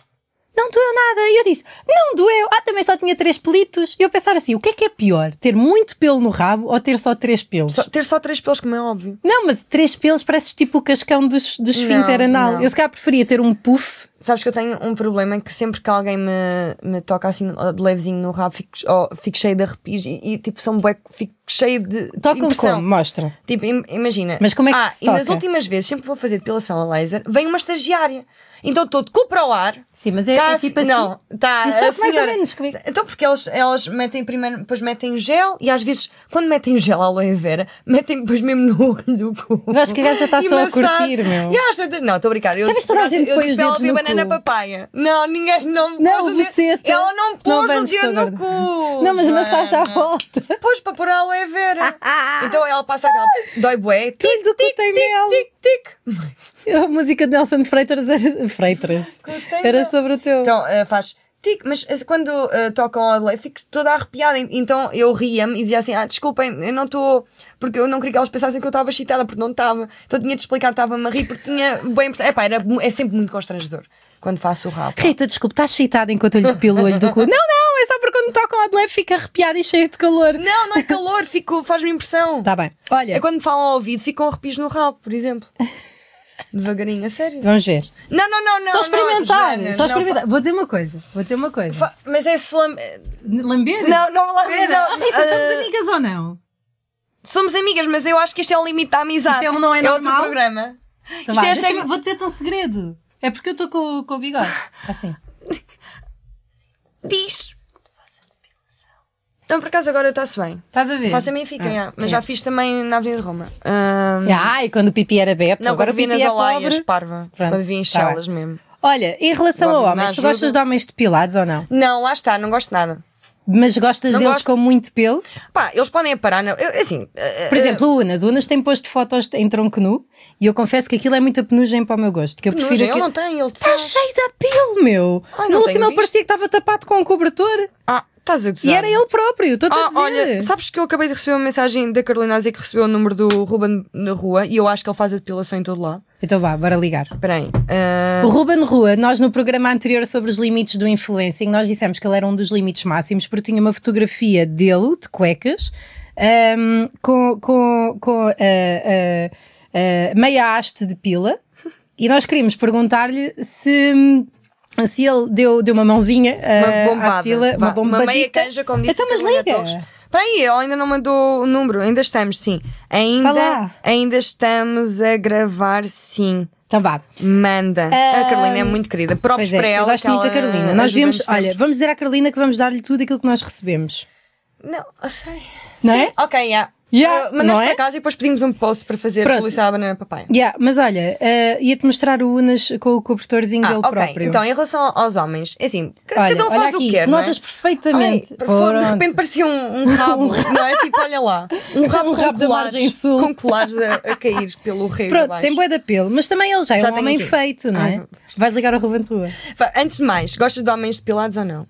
[SPEAKER 2] Não doeu nada. E eu disse, não doeu. Ah, também só tinha três pelitos. E eu pensar assim, o que é que é pior? Ter muito pelo no rabo ou ter só três pelos?
[SPEAKER 1] Só- ter só três pelos, como é óbvio.
[SPEAKER 2] Não, mas três pelos parece tipo o cascão do, do esfíncter
[SPEAKER 1] Não,
[SPEAKER 2] anal.
[SPEAKER 1] não.
[SPEAKER 2] Eu se calhar preferia ter um puff.
[SPEAKER 1] Sabes que eu tenho um problema é que sempre que alguém me, me toca assim de levezinho no rabo, fico, oh, fico cheio de arrepios e, e, tipo, são bué, fico cheio de.
[SPEAKER 2] Tocam
[SPEAKER 1] impressão.
[SPEAKER 2] como? Mostra.
[SPEAKER 1] Tipo, im- imagina.
[SPEAKER 2] Mas como é que
[SPEAKER 1] ah,
[SPEAKER 2] se
[SPEAKER 1] e nas
[SPEAKER 2] toca?
[SPEAKER 1] últimas vezes, sempre que vou fazer depilação a laser, vem uma estagiária. Então estou de cu para o ar.
[SPEAKER 2] Sim, mas é,
[SPEAKER 1] Tá
[SPEAKER 2] é
[SPEAKER 1] assim-
[SPEAKER 2] tipo assim.
[SPEAKER 1] Não, tá.
[SPEAKER 2] Diz só
[SPEAKER 1] a
[SPEAKER 2] que mais ou
[SPEAKER 1] senhora-
[SPEAKER 2] menos, como é
[SPEAKER 1] Então, porque elas, elas metem primeiro, depois metem gel e às vezes, quando metem gel à aloe vera, metem depois mesmo no olho do cu.
[SPEAKER 2] Eu acho que a gaja tá
[SPEAKER 1] E
[SPEAKER 2] só a
[SPEAKER 1] massagem.
[SPEAKER 2] curtir, meu.
[SPEAKER 1] E acho que- não, estou a brincar. Eu,
[SPEAKER 2] Já viste toda a
[SPEAKER 1] eu-
[SPEAKER 2] gente
[SPEAKER 1] eu
[SPEAKER 2] põe
[SPEAKER 1] disse
[SPEAKER 2] os
[SPEAKER 1] para ela
[SPEAKER 2] dedos
[SPEAKER 1] foi
[SPEAKER 2] no
[SPEAKER 1] banana
[SPEAKER 2] cu?
[SPEAKER 1] papaya. Não, ninguém não me
[SPEAKER 2] Não,
[SPEAKER 1] pôs o dedo-
[SPEAKER 2] você tá-
[SPEAKER 1] Ela não
[SPEAKER 2] Não,
[SPEAKER 1] pôs o
[SPEAKER 2] vamos,
[SPEAKER 1] dedo
[SPEAKER 2] estou
[SPEAKER 1] no
[SPEAKER 2] gorda.
[SPEAKER 1] cu.
[SPEAKER 2] Não, mas massagem Ah, à
[SPEAKER 1] Joana.
[SPEAKER 2] volta.
[SPEAKER 1] Pois, para pôr a aloe vera. então ela passa aquela. Dói bué.
[SPEAKER 2] O olho do cu tem mel.
[SPEAKER 1] Tic, tic.
[SPEAKER 2] A música de Nelson Freitas era, Freitas.
[SPEAKER 1] Contém
[SPEAKER 2] era
[SPEAKER 1] mel.
[SPEAKER 2] sobre o teu.
[SPEAKER 1] Então eh, faz tic, mas eh, quando eh, tocam a lei fico toda arrepiada. En- Então eu ria-me e dizia assim: ah, desculpem, eu não estou. Porque eu não queria que elas pensassem que eu estava excitada, porque não estava. Então tinha de explicar, estava-me a rir, porque tinha bem. Epá, era, mu- é sempre muito constrangedor quando faço o rabo.
[SPEAKER 2] Rita, desculpe, estás excitada enquanto eu lhe depilo o olho do cu? Não, não, é só porque quando tocam a Adelaide fica arrepiada e cheia de calor.
[SPEAKER 1] Não, não é calor, fico, faz-me impressão.
[SPEAKER 2] Tá bem. Olha,
[SPEAKER 1] É quando me falam ao ouvido, ficam arrepios no rabo, por exemplo. Devagarinho, a sério.
[SPEAKER 2] vamos ver.
[SPEAKER 1] Não, não, não, não.
[SPEAKER 2] só experimentar,
[SPEAKER 1] não, Joana,
[SPEAKER 2] só
[SPEAKER 1] não,
[SPEAKER 2] experimentar. Vou dizer uma coisa, vou dizer uma coisa.
[SPEAKER 1] fa- fa- Mas é slam.
[SPEAKER 2] Lamber?
[SPEAKER 1] Não, não, não,
[SPEAKER 2] Pera,
[SPEAKER 1] não,
[SPEAKER 2] ah, Rita, somos
[SPEAKER 1] eh,
[SPEAKER 2] amigas ou não?
[SPEAKER 1] Somos amigas, mas eu acho que isto é um limite da amizade.
[SPEAKER 2] Isto é um não é normal?
[SPEAKER 1] outro programa.
[SPEAKER 2] Então
[SPEAKER 1] isto
[SPEAKER 2] vá,
[SPEAKER 1] é
[SPEAKER 2] deixa-me-
[SPEAKER 1] chega-
[SPEAKER 2] Vou dizer-te um segredo. É porque eu estou com, o- com o bigode. Assim.
[SPEAKER 1] Diz. Não, por acaso agora está-se bem.
[SPEAKER 2] Estás a ver?
[SPEAKER 1] Faça bem e fiquem,
[SPEAKER 2] Ah,
[SPEAKER 1] ah, mas
[SPEAKER 2] sim.
[SPEAKER 1] já fiz também na Avenida de Roma. Ah,
[SPEAKER 2] Ai, quando o pipi era bepto,
[SPEAKER 1] não,
[SPEAKER 2] agora
[SPEAKER 1] quando
[SPEAKER 2] o
[SPEAKER 1] vi
[SPEAKER 2] pipi
[SPEAKER 1] nas
[SPEAKER 2] é
[SPEAKER 1] olaias,
[SPEAKER 2] pobre.
[SPEAKER 1] parva.
[SPEAKER 2] Pronto,
[SPEAKER 1] quando vi em
[SPEAKER 2] tá
[SPEAKER 1] chelas mesmo.
[SPEAKER 2] Olha, em relação
[SPEAKER 1] Agora
[SPEAKER 2] a
[SPEAKER 1] vou
[SPEAKER 2] homens,
[SPEAKER 1] na
[SPEAKER 2] tu
[SPEAKER 1] ajuda.
[SPEAKER 2] gostas de homens depilados ou não?
[SPEAKER 1] Não, lá está, não gosto de nada.
[SPEAKER 2] Mas gostas
[SPEAKER 1] Não
[SPEAKER 2] deles
[SPEAKER 1] gosto.
[SPEAKER 2] com muito pelo?
[SPEAKER 1] Pá, eles podem aparar, não. Eu, assim. ah,
[SPEAKER 2] Por exemplo, o Unas. O Unas tem posto fotos em tronco nu e eu confesso que aquilo é muita penugem para o meu gosto. Que eu
[SPEAKER 1] ah, nojo,
[SPEAKER 2] prefiro
[SPEAKER 1] eu não
[SPEAKER 2] aquilo.
[SPEAKER 1] tenho, ele
[SPEAKER 2] Está cheio de pelo, meu!
[SPEAKER 1] Ai,
[SPEAKER 2] no
[SPEAKER 1] não
[SPEAKER 2] último
[SPEAKER 1] tenho
[SPEAKER 2] ele parecia que estava tapado com um cobertor
[SPEAKER 1] Ah, estás a gozar.
[SPEAKER 2] e era ele próprio, estou-te a
[SPEAKER 1] Ah,
[SPEAKER 2] dizer.
[SPEAKER 1] olha, sabes que eu acabei de receber uma mensagem da Carolina a dizer que recebeu o número do Ruben na rua e eu acho que ele faz a depilação em todo lado.
[SPEAKER 2] Então vá, bora ligar.
[SPEAKER 1] Espera aí. ah,
[SPEAKER 2] O Ruben Rua, nós no programa anterior sobre os limites do influencing, nós dissemos que ele era um dos limites máximos porque tinha uma fotografia dele, de cuecas, ahm, com, com, com ah, ah, ah, meia haste de pila e nós queríamos perguntar-lhe se, se ele deu, deu uma mãozinha ah,
[SPEAKER 1] Uma bombada.
[SPEAKER 2] à pila,
[SPEAKER 1] vá,
[SPEAKER 2] uma bombadita.
[SPEAKER 1] meia canja, como disse
[SPEAKER 2] Então,
[SPEAKER 1] a
[SPEAKER 2] mas
[SPEAKER 1] Carolina
[SPEAKER 2] liga.
[SPEAKER 1] Torres. Espera aí, ela ainda não mandou o número. Ainda estamos, sim. Ainda,
[SPEAKER 2] Vá lá.
[SPEAKER 1] ainda estamos a gravar, sim.
[SPEAKER 2] Então vá.
[SPEAKER 1] Manda.
[SPEAKER 2] Ah,
[SPEAKER 1] a Carolina é muito querida. Próprios
[SPEAKER 2] Pois é,
[SPEAKER 1] para
[SPEAKER 2] eu
[SPEAKER 1] ela.
[SPEAKER 2] gosto
[SPEAKER 1] que
[SPEAKER 2] muito da
[SPEAKER 1] ela
[SPEAKER 2] Carolina. Nós
[SPEAKER 1] ajuda-nos
[SPEAKER 2] vemos,
[SPEAKER 1] sempre.
[SPEAKER 2] olha, vamos dizer à Carolina que vamos dar-lhe tudo aquilo que nós recebemos.
[SPEAKER 1] Não, eu sei.
[SPEAKER 2] Não
[SPEAKER 1] Sim,
[SPEAKER 2] é?
[SPEAKER 1] Ok, yeah.
[SPEAKER 2] Yeah,
[SPEAKER 1] Uh, mandaste
[SPEAKER 2] não é?
[SPEAKER 1] para casa e depois pedimos um post para fazer
[SPEAKER 2] Pronto.
[SPEAKER 1] publicidade à banana papai.
[SPEAKER 2] Yeah, mas olha, eh, ia-te mostrar o Unas com o cobertorzinho
[SPEAKER 1] Ah,
[SPEAKER 2] dele
[SPEAKER 1] ok.
[SPEAKER 2] próprio.
[SPEAKER 1] Então, em relação aos homens, é assim, ca-
[SPEAKER 2] Olha,
[SPEAKER 1] cada um
[SPEAKER 2] olha
[SPEAKER 1] faz o
[SPEAKER 2] aqui,
[SPEAKER 1] que quer, não é?
[SPEAKER 2] Notas
[SPEAKER 1] Ai,
[SPEAKER 2] perfeitamente.
[SPEAKER 1] por favor, de
[SPEAKER 2] Pronto.
[SPEAKER 1] repente parecia um, um rabo, não é? Tipo, olha lá, um rabo,
[SPEAKER 2] Um
[SPEAKER 1] com
[SPEAKER 2] rabo da
[SPEAKER 1] colares,
[SPEAKER 2] margem sul.
[SPEAKER 1] com colares a, a cair pelo rei
[SPEAKER 2] Pronto,
[SPEAKER 1] abaixo.
[SPEAKER 2] tem bué de apelo, mas também ele já,
[SPEAKER 1] Já
[SPEAKER 2] é um
[SPEAKER 1] tem
[SPEAKER 2] homem
[SPEAKER 1] aqui.
[SPEAKER 2] feito, não é?
[SPEAKER 1] Ai,
[SPEAKER 2] Vais ligar ao Ruben de Rua.
[SPEAKER 1] Fa- Antes de mais, gostas de homens depilados ou não?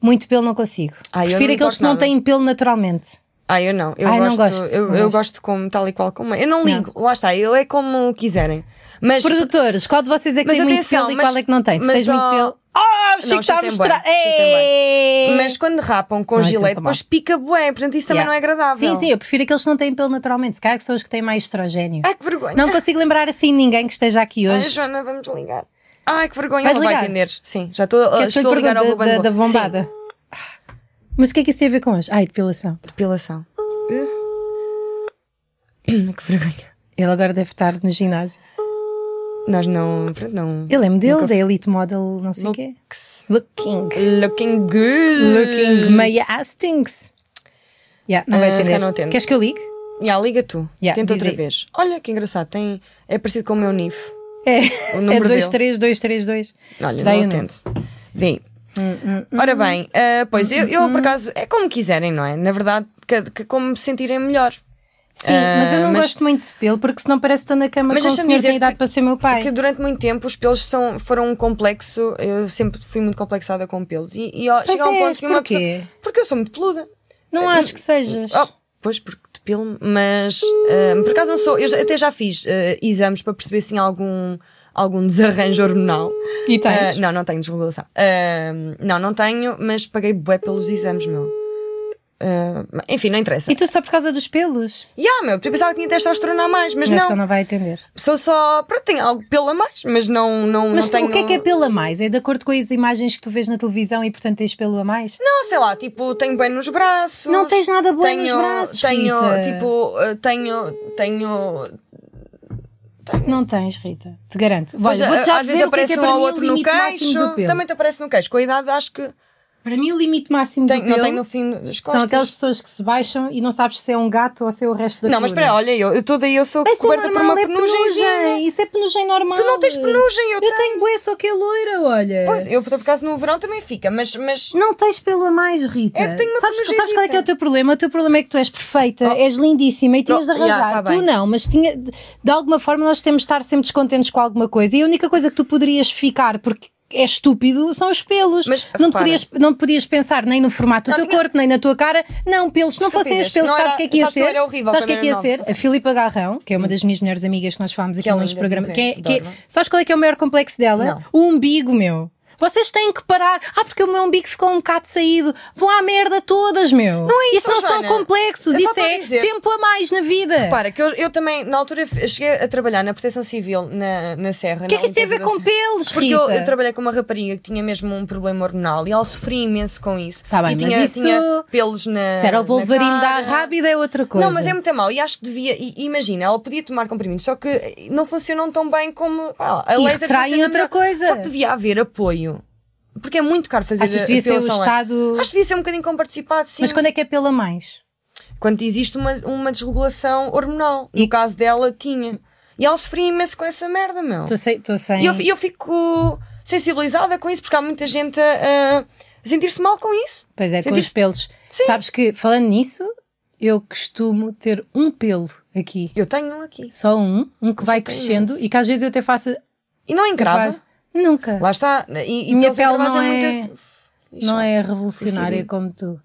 [SPEAKER 2] Muito pelo não consigo.
[SPEAKER 1] Ai, eu
[SPEAKER 2] Prefiro
[SPEAKER 1] não
[SPEAKER 2] aqueles
[SPEAKER 1] gosto
[SPEAKER 2] que não
[SPEAKER 1] nada.
[SPEAKER 2] têm pelo naturalmente.
[SPEAKER 1] Ah, eu não. Eu
[SPEAKER 2] Ai, não
[SPEAKER 1] gosto,
[SPEAKER 2] gosto,
[SPEAKER 1] eu,
[SPEAKER 2] não
[SPEAKER 1] eu
[SPEAKER 2] gosto.
[SPEAKER 1] gosto como tal e qual como é. Eu não ligo, lá está, eu é como quiserem. Mas
[SPEAKER 2] Produtores, qual de vocês é que
[SPEAKER 1] Mas
[SPEAKER 2] tem muito
[SPEAKER 1] atenção,
[SPEAKER 2] pelo e
[SPEAKER 1] mas-
[SPEAKER 2] qual é que não tem? Se
[SPEAKER 1] mas
[SPEAKER 2] tens muito
[SPEAKER 1] só-
[SPEAKER 2] pelo. Ah, o Chico
[SPEAKER 1] Não,
[SPEAKER 2] está a
[SPEAKER 1] Chico tem bué,
[SPEAKER 2] mostrar!
[SPEAKER 1] Chico tem
[SPEAKER 2] Ei!
[SPEAKER 1] Mas quando rapam com
[SPEAKER 2] Não, isso é
[SPEAKER 1] gilete,
[SPEAKER 2] muito mal.
[SPEAKER 1] depois pica bué, portanto isso também
[SPEAKER 2] Yeah.
[SPEAKER 1] não é agradável.
[SPEAKER 2] Sim, sim, eu prefiro aqueles que não têm pelo naturalmente. Se calhar que são os que têm mais estrogênio.
[SPEAKER 1] Ai, que vergonha.
[SPEAKER 2] Não consigo lembrar assim ninguém que esteja aqui
[SPEAKER 1] Ai,
[SPEAKER 2] hoje.
[SPEAKER 1] Joana, vamos ligar. Ai, que vergonha,
[SPEAKER 2] Vais
[SPEAKER 1] ela vai
[SPEAKER 2] ligar?
[SPEAKER 1] atender. Sim, já estou,
[SPEAKER 2] Que
[SPEAKER 1] estou a
[SPEAKER 2] foi
[SPEAKER 1] ligar ao
[SPEAKER 2] pergunta
[SPEAKER 1] Ruben
[SPEAKER 2] da, da
[SPEAKER 1] Boa.
[SPEAKER 2] bombada.
[SPEAKER 1] Sim,
[SPEAKER 2] Mas o que é que isso tem a ver com hoje? Ai, depilação.
[SPEAKER 1] depilação. que vergonha.
[SPEAKER 2] Ele agora deve estar no ginásio.
[SPEAKER 1] Nós não. pronto, não.
[SPEAKER 2] Ele é modelo
[SPEAKER 1] Nunca
[SPEAKER 2] da Elite Model, não sei o quê.
[SPEAKER 1] Looks.
[SPEAKER 2] Looking.
[SPEAKER 1] Looking good.
[SPEAKER 2] Looking Maya Hastings. Yeah, não vai
[SPEAKER 1] Ah, Eh. se
[SPEAKER 2] atender.
[SPEAKER 1] calhar não atende.
[SPEAKER 2] Queres que eu ligue?
[SPEAKER 1] Yeah, liga tu.
[SPEAKER 2] Yeah,
[SPEAKER 1] Tenta
[SPEAKER 2] diz
[SPEAKER 1] outra
[SPEAKER 2] aí.
[SPEAKER 1] vez. Olha que engraçado. Tem... É parecido com o meu NIF.
[SPEAKER 2] É.
[SPEAKER 1] O
[SPEAKER 2] É
[SPEAKER 1] número dele.
[SPEAKER 2] 23232.
[SPEAKER 1] Olha,
[SPEAKER 2] Dá aí
[SPEAKER 1] não
[SPEAKER 2] o número. Hum,
[SPEAKER 1] atende. Vem. Ora bem, ah, pois eu, eu por acaso é como quiserem, não é? Na verdade, que, que como me sentirem melhor.
[SPEAKER 2] Sim, mas eu não
[SPEAKER 1] Ah, mas-
[SPEAKER 2] gosto muito de pelo, porque senão parece que estou na cama
[SPEAKER 1] Mas
[SPEAKER 2] com um
[SPEAKER 1] deixa-me
[SPEAKER 2] senhor que
[SPEAKER 1] dizer
[SPEAKER 2] tem idade
[SPEAKER 1] que-
[SPEAKER 2] para ser meu pai.
[SPEAKER 1] Porque durante muito tempo os pelos são, foram um complexo, eu sempre fui muito complexada com pelos. E, e ó,
[SPEAKER 2] Pois
[SPEAKER 1] chega a um
[SPEAKER 2] és,
[SPEAKER 1] ponto que uma
[SPEAKER 2] porquê?
[SPEAKER 1] pessoa. Porque eu sou muito peluda.
[SPEAKER 2] Não acho que sejas.
[SPEAKER 1] Oh, pois, porque depilo-me, mas ah, por acaso não sou. Eu já- até já fiz ah, exames para perceber se assim, algum, algum desarranjo hormonal.
[SPEAKER 2] e
[SPEAKER 1] Ah, não, não tenho desregulação. Ah, não, não tenho, mas paguei bué pelos exames, meu. Ah, enfim, não interessa.
[SPEAKER 2] E tudo só por causa dos pelos?
[SPEAKER 1] Ya, meu, tu pensava que tinha testosterona a mais, mas
[SPEAKER 2] Mas acho que
[SPEAKER 1] não.
[SPEAKER 2] ele não vai atender.
[SPEAKER 1] Sou só. Pronto, tenho algo pelo a mais, mas não, não, não
[SPEAKER 2] Mas tu-
[SPEAKER 1] tenho.
[SPEAKER 2] o que é que é pelo a mais? É de acordo com as imagens que tu vês na televisão e portanto tens pelo a mais?
[SPEAKER 1] Não, sei lá, tipo, tenho bem nos braços.
[SPEAKER 2] Não tens nada bom
[SPEAKER 1] tenho,
[SPEAKER 2] nos braços,
[SPEAKER 1] Tenho,
[SPEAKER 2] Rita.
[SPEAKER 1] tipo, eh, tenho, tenho.
[SPEAKER 2] Não tens, Rita. Te garanto.
[SPEAKER 1] Pois,
[SPEAKER 2] Olha, vou-te
[SPEAKER 1] eh,
[SPEAKER 2] já
[SPEAKER 1] às vezes
[SPEAKER 2] dizer o que é
[SPEAKER 1] aparece
[SPEAKER 2] que é
[SPEAKER 1] um
[SPEAKER 2] para
[SPEAKER 1] ao
[SPEAKER 2] mim o
[SPEAKER 1] outro no
[SPEAKER 2] limite máximo do
[SPEAKER 1] queixo.
[SPEAKER 2] pelo.
[SPEAKER 1] Também te aparece no queixo. Com a idade, acho que
[SPEAKER 2] Para mim o limite máximo
[SPEAKER 1] tem-
[SPEAKER 2] do
[SPEAKER 1] não
[SPEAKER 2] pelo
[SPEAKER 1] tenho no fim das costas.
[SPEAKER 2] são aquelas pessoas que se baixam e não sabes se é um gato ou se é o resto da
[SPEAKER 1] Não, mas espera,
[SPEAKER 2] coluna.
[SPEAKER 1] olha, eu, eu toda eu sou
[SPEAKER 2] Mas isso é
[SPEAKER 1] coberta por
[SPEAKER 2] normal,
[SPEAKER 1] uma
[SPEAKER 2] é
[SPEAKER 1] penugemzinha.
[SPEAKER 2] penugem. Isso é penugem normal.
[SPEAKER 1] Tu não tens penugem, eu,
[SPEAKER 2] Eu
[SPEAKER 1] tenho.
[SPEAKER 2] tenho bué, só que é loira, olha.
[SPEAKER 1] Pois, eu por acaso no verão também fica, mas. mas...
[SPEAKER 2] Não tens pelo a mais, Rita.
[SPEAKER 1] Eu tenho uma
[SPEAKER 2] sabes,
[SPEAKER 1] penugenzita.
[SPEAKER 2] sabes qual é que é o teu problema? O teu problema é que tu és perfeita, és lindíssima e tinhas de
[SPEAKER 1] Pronto, já,
[SPEAKER 2] arranjar.
[SPEAKER 1] tá
[SPEAKER 2] tu
[SPEAKER 1] bem.
[SPEAKER 2] não, mas tinha, de de alguma forma nós temos de estar sempre descontentes com alguma coisa. E a única coisa que tu poderias ficar, porque é estúpido, são os pelos.
[SPEAKER 1] Mas,
[SPEAKER 2] não, te
[SPEAKER 1] repara.
[SPEAKER 2] podias, não podias pensar nem no formato do
[SPEAKER 1] Não,
[SPEAKER 2] teu
[SPEAKER 1] tinha-
[SPEAKER 2] corpo, nem na tua cara. Não, pelos. Se não fossem
[SPEAKER 1] Estupidez.
[SPEAKER 2] os pelos,
[SPEAKER 1] Não
[SPEAKER 2] sabes
[SPEAKER 1] era-
[SPEAKER 2] o que é que ia
[SPEAKER 1] sabes que
[SPEAKER 2] ser?
[SPEAKER 1] eu era horrível
[SPEAKER 2] sabes o que é que
[SPEAKER 1] quando
[SPEAKER 2] ia
[SPEAKER 1] era
[SPEAKER 2] ser? A Filipa Garrão, que é uma das minhas melhores amigas que nós falámos aqui
[SPEAKER 1] é
[SPEAKER 2] nos
[SPEAKER 1] linda,
[SPEAKER 2] programas. Que é,
[SPEAKER 1] ok,
[SPEAKER 2] que é-
[SPEAKER 1] adoro.
[SPEAKER 2] Sabes qual é que é o maior complexo dela?
[SPEAKER 1] Não.
[SPEAKER 2] O umbigo, meu. Vocês têm que parar. Ah, porque o meu umbigo ficou um bocado saído. Vão à merda todas, meu. Não
[SPEAKER 1] é isso,
[SPEAKER 2] não
[SPEAKER 1] Joana.
[SPEAKER 2] são complexos.
[SPEAKER 1] Eu só
[SPEAKER 2] Isso
[SPEAKER 1] estou a
[SPEAKER 2] é
[SPEAKER 1] dizer.
[SPEAKER 2] tempo a mais na vida.
[SPEAKER 1] Repara, que eu, eu também, na altura, f- cheguei a trabalhar na Proteção Civil na, na Serra.
[SPEAKER 2] o que é que isso tem a ver com pelos,
[SPEAKER 1] assim. Porque
[SPEAKER 2] Rita?
[SPEAKER 1] eu, eu trabalhei com uma rapariga que tinha mesmo um problema hormonal e ela sofria imenso com isso.
[SPEAKER 2] Tá bem,
[SPEAKER 1] e
[SPEAKER 2] mas
[SPEAKER 1] tinha,
[SPEAKER 2] isso-
[SPEAKER 1] tinha pelos na.
[SPEAKER 2] Se era o
[SPEAKER 1] na
[SPEAKER 2] Wolverine da
[SPEAKER 1] cara.
[SPEAKER 2] Rábida é outra coisa.
[SPEAKER 1] Não, mas é muito mau e acho que devia. e- imagina, ela podia tomar comprimidos, só que não funcionam tão bem como. Pá, a
[SPEAKER 2] E
[SPEAKER 1] laser
[SPEAKER 2] retraem
[SPEAKER 1] funciona
[SPEAKER 2] outra
[SPEAKER 1] melhor.
[SPEAKER 2] coisa.
[SPEAKER 1] Só que devia haver apoio. Porque é muito caro fazer
[SPEAKER 2] Achas que
[SPEAKER 1] a-
[SPEAKER 2] devia ser o
[SPEAKER 1] depilação lá.
[SPEAKER 2] Estado.
[SPEAKER 1] Acho que devia ser um bocadinho comparticipado, sim.
[SPEAKER 2] Mas quando é que é pela mais?
[SPEAKER 1] quando existe uma, uma desregulação hormonal. No caso dela, tinha. E ela sofria imenso com essa merda, meu.
[SPEAKER 2] Estou sem. Tô sem...
[SPEAKER 1] E eu, eu fico sensibilizada com isso, porque há muita gente a, a sentir-se mal com isso.
[SPEAKER 2] Pois é,
[SPEAKER 1] Já
[SPEAKER 2] com os
[SPEAKER 1] disse-
[SPEAKER 2] pelos.
[SPEAKER 1] Sim.
[SPEAKER 2] Sabes que, falando nisso, eu costumo ter um pelo aqui.
[SPEAKER 1] Eu tenho um aqui.
[SPEAKER 2] Só um, um que vai
[SPEAKER 1] tenho
[SPEAKER 2] crescendo e que às vezes eu até faço.
[SPEAKER 1] E não encrava.
[SPEAKER 2] Nunca.
[SPEAKER 1] Lá está. E, e
[SPEAKER 2] Minha
[SPEAKER 1] pelos
[SPEAKER 2] pele
[SPEAKER 1] encravados
[SPEAKER 2] não é-
[SPEAKER 1] muito...
[SPEAKER 2] não é revolucionária como tu.